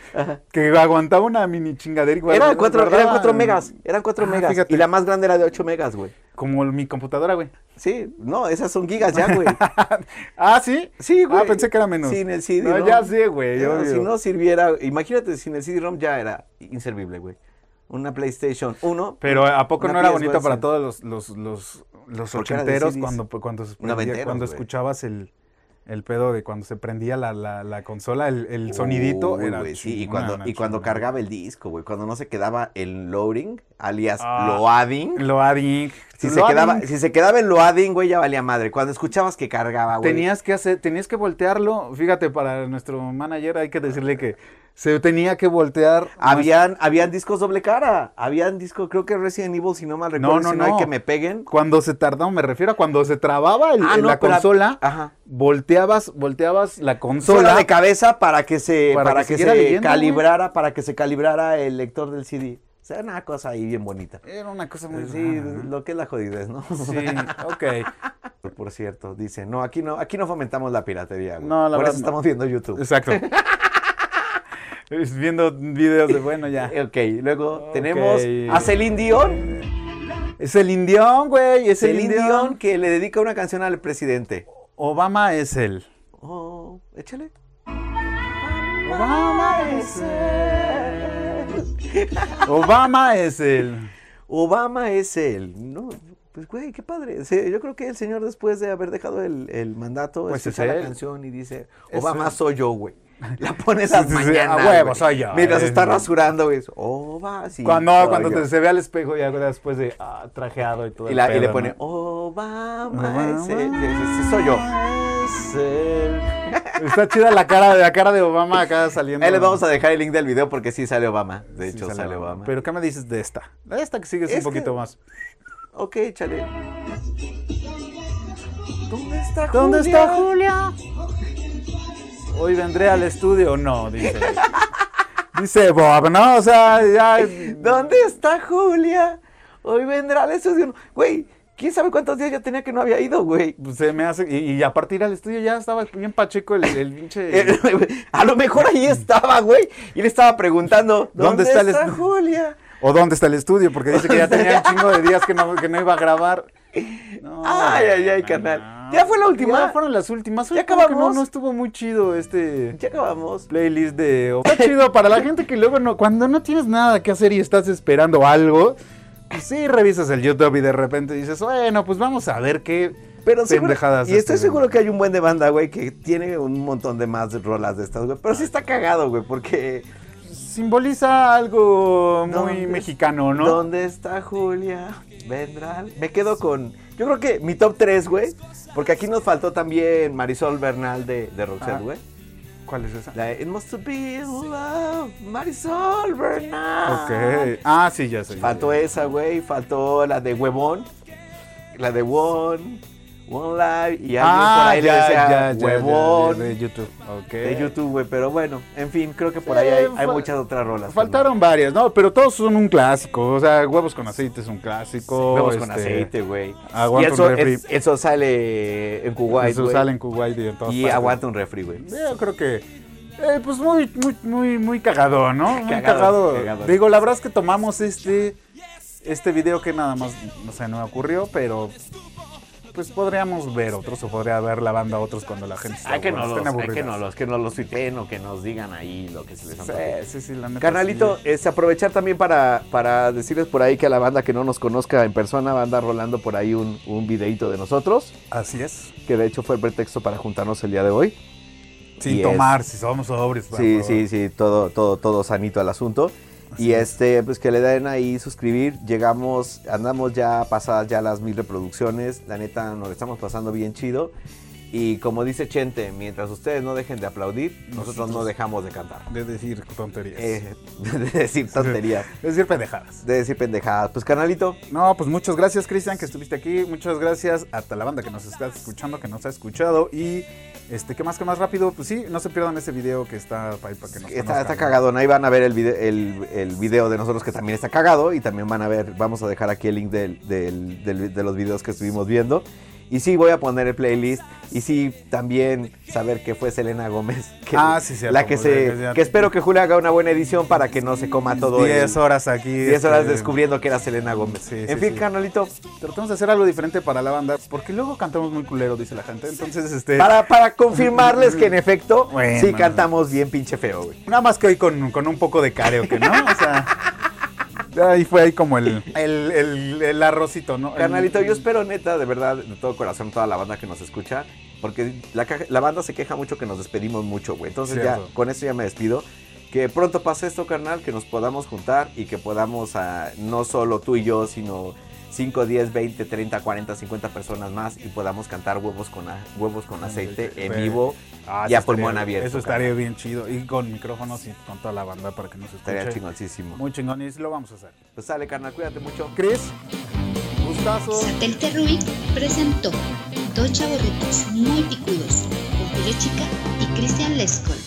Speaker 3: que aguantaba una mini chingadera. y guarda-
Speaker 2: Eran cuatro, eran
Speaker 3: guardaba-
Speaker 2: cuatro megas. Eran cuatro
Speaker 3: Ah,
Speaker 2: megas.
Speaker 3: fíjate.
Speaker 2: Y la más grande era de 8 megas, güey.
Speaker 3: Como mi computadora, güey.
Speaker 2: Sí, no, esas son gigas ya, güey.
Speaker 3: ah, ¿sí?
Speaker 2: Sí, güey.
Speaker 3: Ah, pensé que era menos.
Speaker 2: Sin el CD.
Speaker 3: No,
Speaker 2: ROM.
Speaker 3: ya sé, güey,
Speaker 2: No,
Speaker 3: obvio.
Speaker 2: si no sirviera, imagínate, sin el CD-ROM ya era inservible, güey. Una PlayStation 1.
Speaker 3: Pero ¿a poco
Speaker 2: una
Speaker 3: no era
Speaker 2: PS,
Speaker 3: bonito para
Speaker 2: sí.
Speaker 3: todos los, los, los, los
Speaker 2: Porque era de
Speaker 3: ochenteros
Speaker 2: CDs.
Speaker 3: cuando, pues, cuando, se prendía-
Speaker 2: Noventeros,
Speaker 3: cuando
Speaker 2: güey.
Speaker 3: escuchabas el, el pedo de cuando se prendía la, la, la consola, el, el
Speaker 2: Uy,
Speaker 3: sonidito? era
Speaker 2: güey, sí, y
Speaker 3: chingona,
Speaker 2: cuando,
Speaker 3: una
Speaker 2: y cuando
Speaker 3: chingona.
Speaker 2: cargaba el disco, güey. Cuando no se quedaba el loading, alias
Speaker 3: Ah,
Speaker 2: loading.
Speaker 3: Loading.
Speaker 2: Si se,
Speaker 3: Loading.
Speaker 2: quedaba, si se quedaba el loading, güey, ya valía madre. Cuando escuchabas que cargaba, ah, güey.
Speaker 3: Tenías que hacer, tenías que voltearlo. Fíjate, para nuestro manager hay que decirle que se tenía que voltear.
Speaker 2: Habían, habían discos doble cara. Habían discos, creo que Resident Evil, si no mal recuerdo,
Speaker 3: no,
Speaker 2: si no hay
Speaker 3: no. Ah,
Speaker 2: que me peguen.
Speaker 3: Cuando se tardaba, me refiero a cuando se trababa el-
Speaker 2: Ah,
Speaker 3: el-
Speaker 2: no,
Speaker 3: la
Speaker 2: pero-
Speaker 3: consola,
Speaker 2: Ajá.
Speaker 3: volteabas, volteabas la
Speaker 2: Sola
Speaker 3: consola.
Speaker 2: de cabeza para que se,
Speaker 3: Para
Speaker 2: para
Speaker 3: que
Speaker 2: que
Speaker 3: siguiera
Speaker 2: se
Speaker 3: leyendo,
Speaker 2: calibrara, para que se calibrara el lector del CD. O sea, una cosa ahí bien bonita.
Speaker 3: Era una cosa muy
Speaker 2: Sí,
Speaker 3: rara, ¿no?
Speaker 2: lo que es la jodidez, ¿no?
Speaker 3: Sí, ok.
Speaker 2: Por cierto, dice, no, aquí no, aquí no fomentamos la piratería, güey.
Speaker 3: No, la
Speaker 2: Por
Speaker 3: verdad
Speaker 2: eso
Speaker 3: no.
Speaker 2: estamos viendo YouTube.
Speaker 3: Exacto. Es Viendo videos de bueno ya.
Speaker 2: Ok, luego tenemos
Speaker 3: Ok.
Speaker 2: a Celine Dion.
Speaker 3: Es el indión, güey. Es el
Speaker 2: Celine Dion
Speaker 3: indión.
Speaker 2: que le dedica una canción al presidente.
Speaker 3: Obama es el.
Speaker 2: Oh, échale.
Speaker 3: Obama es Obama es el.
Speaker 2: Obama es él. No, pues güey, qué padre. Se- Yo creo que el señor después de haber dejado el, el mandato,
Speaker 3: Pues es
Speaker 2: escucha la
Speaker 3: él.
Speaker 2: canción y dice,
Speaker 3: Es
Speaker 2: Obama
Speaker 3: él.
Speaker 2: soy yo, güey. La pones a
Speaker 3: Sí, sí, sí, a
Speaker 2: mañana.
Speaker 3: huevo,
Speaker 2: güey.
Speaker 3: soy yo.
Speaker 2: Mientras
Speaker 3: Eh,
Speaker 2: está
Speaker 3: no.
Speaker 2: rasurando, güey. dice, Obama, sí.
Speaker 3: Cuando,
Speaker 2: soy
Speaker 3: cuando
Speaker 2: yo".
Speaker 3: te, se ve al espejo ya después de ah, trajeado y todo.
Speaker 2: Y,
Speaker 3: el
Speaker 2: la- y le
Speaker 3: pedo,
Speaker 2: pone,
Speaker 3: ¿no?
Speaker 2: Obama es él. Sí, sí, sí, soy yo.
Speaker 3: Es él. Está chida la cara, la cara de Obama acá saliendo.
Speaker 2: Ahí les vamos a dejar el link del video porque sí sale Obama. De
Speaker 3: Sí,
Speaker 2: hecho, sale, Obama.
Speaker 3: Pero ¿qué me dices de esta? De esta que sigue es
Speaker 2: Es
Speaker 3: un poquito
Speaker 2: que-
Speaker 3: más.
Speaker 2: Ok, chale. ¿Dónde está
Speaker 3: ¿Dónde
Speaker 2: Julia?
Speaker 3: está Julia? Hoy vendré al estudio, no, dice. Dice Bob, ¿no? O sea, ya.
Speaker 2: ¿Dónde está Julia? Hoy vendrá al estudio. Güey, quién sabe cuántos días ya tenía que no había ido, güey.
Speaker 3: Se me hace. Y, y a partir al estudio ya estaba bien pacheco el, el pinche.
Speaker 2: Eh, A lo mejor ahí estaba, güey. Y le estaba preguntando, ¿dónde,
Speaker 3: ¿Dónde está
Speaker 2: está,
Speaker 3: el estudio?
Speaker 2: Julia?
Speaker 3: ¿O dónde está el estudio? Porque dice que ya tenía un chingo de días que no, que no iba a grabar. No,
Speaker 2: Ay, ay, ay,
Speaker 3: no,
Speaker 2: carnal.
Speaker 3: no.
Speaker 2: Ya fue la última.
Speaker 3: Ya fueron las últimas.
Speaker 2: Ya
Speaker 3: Oye, como que no,
Speaker 2: acabamos.
Speaker 3: no estuvo muy chido este.
Speaker 2: Ya acabamos.
Speaker 3: playlist de está chido para la gente que luego no cuando no tienes nada que hacer y estás esperando algo pues sí revisas el YouTube y de repente dices bueno pues vamos a ver qué
Speaker 2: Pero seguro-
Speaker 3: pendejadas
Speaker 2: y estoy
Speaker 3: este-
Speaker 2: seguro que hay un buen de banda, güey, que tiene un montón de más rolas de estas, güey. Pero sí está cagado, güey, porque...
Speaker 3: simboliza algo muy
Speaker 2: ¿Dónde-
Speaker 3: mexicano no
Speaker 2: ¿Dónde está Julia? Vendrán. Me quedo con. Yo creo que mi top 3, güey. Porque aquí nos faltó también Marisol Bernal de, de
Speaker 3: Ah.
Speaker 2: Roxette, güey.
Speaker 3: cuál es esa
Speaker 2: La de It Must Be Love, Marisol Bernal.
Speaker 3: Ok. ah sí ya sé
Speaker 2: Faltó esa, güey. Faltó la de Huevón. La de One. One Live. Y alguien por
Speaker 3: ah
Speaker 2: ahí
Speaker 3: ya,
Speaker 2: le decía
Speaker 3: ya, ya, ya,
Speaker 2: Huevón.
Speaker 3: de, de YouTube ok
Speaker 2: de YouTube, güey, pero bueno, en fin, creo que por
Speaker 3: Sí,
Speaker 2: ahí hay, hay
Speaker 3: Eh, fal-
Speaker 2: muchas otras rolas.
Speaker 3: Faltaron varias, ¿no? Pero todos son un clásico. O sea, huevos con aceite es un clásico.
Speaker 2: Huevos con
Speaker 3: este,
Speaker 2: aceite, güey. Y
Speaker 3: Aguanta un
Speaker 2: eso,
Speaker 3: refri.
Speaker 2: es- eso sale en Kuwait,
Speaker 3: Eso
Speaker 2: güey.
Speaker 3: sale en Kuwait y en todas
Speaker 2: Y
Speaker 3: partes.
Speaker 2: aguanta un refri, güey.
Speaker 3: Yo creo que. eh, pues muy, muy, muy, muy cagado, ¿no? Muy
Speaker 2: Cagado,
Speaker 3: cagado.
Speaker 2: cagado.
Speaker 3: Digo, la verdad es que tomamos este. Este video que nada más, no sé, no me ocurrió, pero pues podríamos ver otros o podría ver la banda otros cuando la gente
Speaker 2: Hay que
Speaker 3: aburrida,
Speaker 2: no los,
Speaker 3: estén
Speaker 2: hay que
Speaker 3: aburridas.
Speaker 2: no los, que no los tuiteen o que nos digan ahí lo que se les antoje.
Speaker 3: Sí, sí,
Speaker 2: Ah,
Speaker 3: sí,
Speaker 2: pues
Speaker 3: la neta.
Speaker 2: Carnalito,
Speaker 3: sí.
Speaker 2: es aprovechar también para, para decirles por ahí que a la banda que no nos conozca en persona va a andar rolando por ahí un, un videito de nosotros,
Speaker 3: Así es.
Speaker 2: que de hecho fue el pretexto para juntarnos el día de hoy.
Speaker 3: Sin
Speaker 2: Y es-
Speaker 3: tomar, si somos sobrios. por
Speaker 2: Sí,
Speaker 3: favor.
Speaker 2: sí, sí, todo, todo, todo sanito al asunto. y este, pues que le den ahí suscribir. Llegamos, andamos ya pasadas ya las mil reproducciones. La neta, nos lo estamos pasando bien chido. Y como dice Chente, mientras ustedes no dejen de aplaudir, nosotros no dejamos de cantar.
Speaker 3: De decir tonterías.
Speaker 2: Eh, de decir tonterías,
Speaker 3: De decir pendejadas.
Speaker 2: de decir pendejadas. Pues canalito,
Speaker 3: No, pues muchas gracias, Cristian, que estuviste aquí. Muchas gracias a toda la banda que nos está escuchando, que nos ha escuchado. Y, este, ¿qué más, que más rápido? Pues sí, no se pierdan ese video que está ahí para que nos
Speaker 2: está,
Speaker 3: conozcan.
Speaker 2: está cagadón. Ahí van a ver el video, el, el video de nosotros que también está cagado. Y también van a ver, vamos a dejar aquí el link del- del- del- de los videos que estuvimos viendo. Y sí, voy a poner el playlist. Y sí, también saber que fue Selena Gómez. que-
Speaker 3: Ah, sí, cierto,
Speaker 2: La que
Speaker 3: porque
Speaker 2: se.
Speaker 3: ya-
Speaker 2: Que espero que Julia haga una buena edición para que no se coma todo. el-
Speaker 3: 10 horas aquí.
Speaker 2: 10 horas
Speaker 3: este,
Speaker 2: descubriendo que era Selena Gómez.
Speaker 3: Sí,
Speaker 2: en
Speaker 3: sí,
Speaker 2: fin,
Speaker 3: sí.
Speaker 2: canalito.
Speaker 3: Tratamos de hacer algo diferente para la banda, porque luego cantamos muy culero, dice la gente. Entonces, este.
Speaker 2: Para, para confirmarles que en efecto,
Speaker 3: Bueno.
Speaker 2: sí cantamos bien pinche feo, güey.
Speaker 3: Nada más que hoy con, con un poco de karaoke, ¿no? O sea. Ahí fue ahí como el, el, el, el arrocito, ¿no? El-
Speaker 2: Carnalito, yo espero neta, de verdad, de todo corazón, toda la banda que nos escucha, porque la, caja- la banda se queja mucho que nos despedimos mucho, güey. Entonces
Speaker 3: Cierto.
Speaker 2: ya, con eso ya me despido. Que pronto pase esto, carnal, que nos podamos juntar y que podamos, ah, no solo tú y yo, sino 5, 10, 20, 30, 40, 50 personas más y podamos cantar huevos con, a- huevos con aceite en
Speaker 3: Ve.
Speaker 2: vivo
Speaker 3: Ah,
Speaker 2: y a
Speaker 3: eso estaría-
Speaker 2: pulmón abierto.
Speaker 3: Eso estaría
Speaker 2: carnal.
Speaker 3: bien chido. Y con micrófonos y con toda la banda para que nos escuche.
Speaker 2: Estaría chingoncísimo.
Speaker 3: Muy chingón y lo vamos a hacer.
Speaker 2: Pues sale, carnal, cuídate mucho.
Speaker 3: Chris, gustazo.
Speaker 1: Satélite Rubik presentó dos chavorrucos muy picudos, Julio Chica y Cristian Lescol.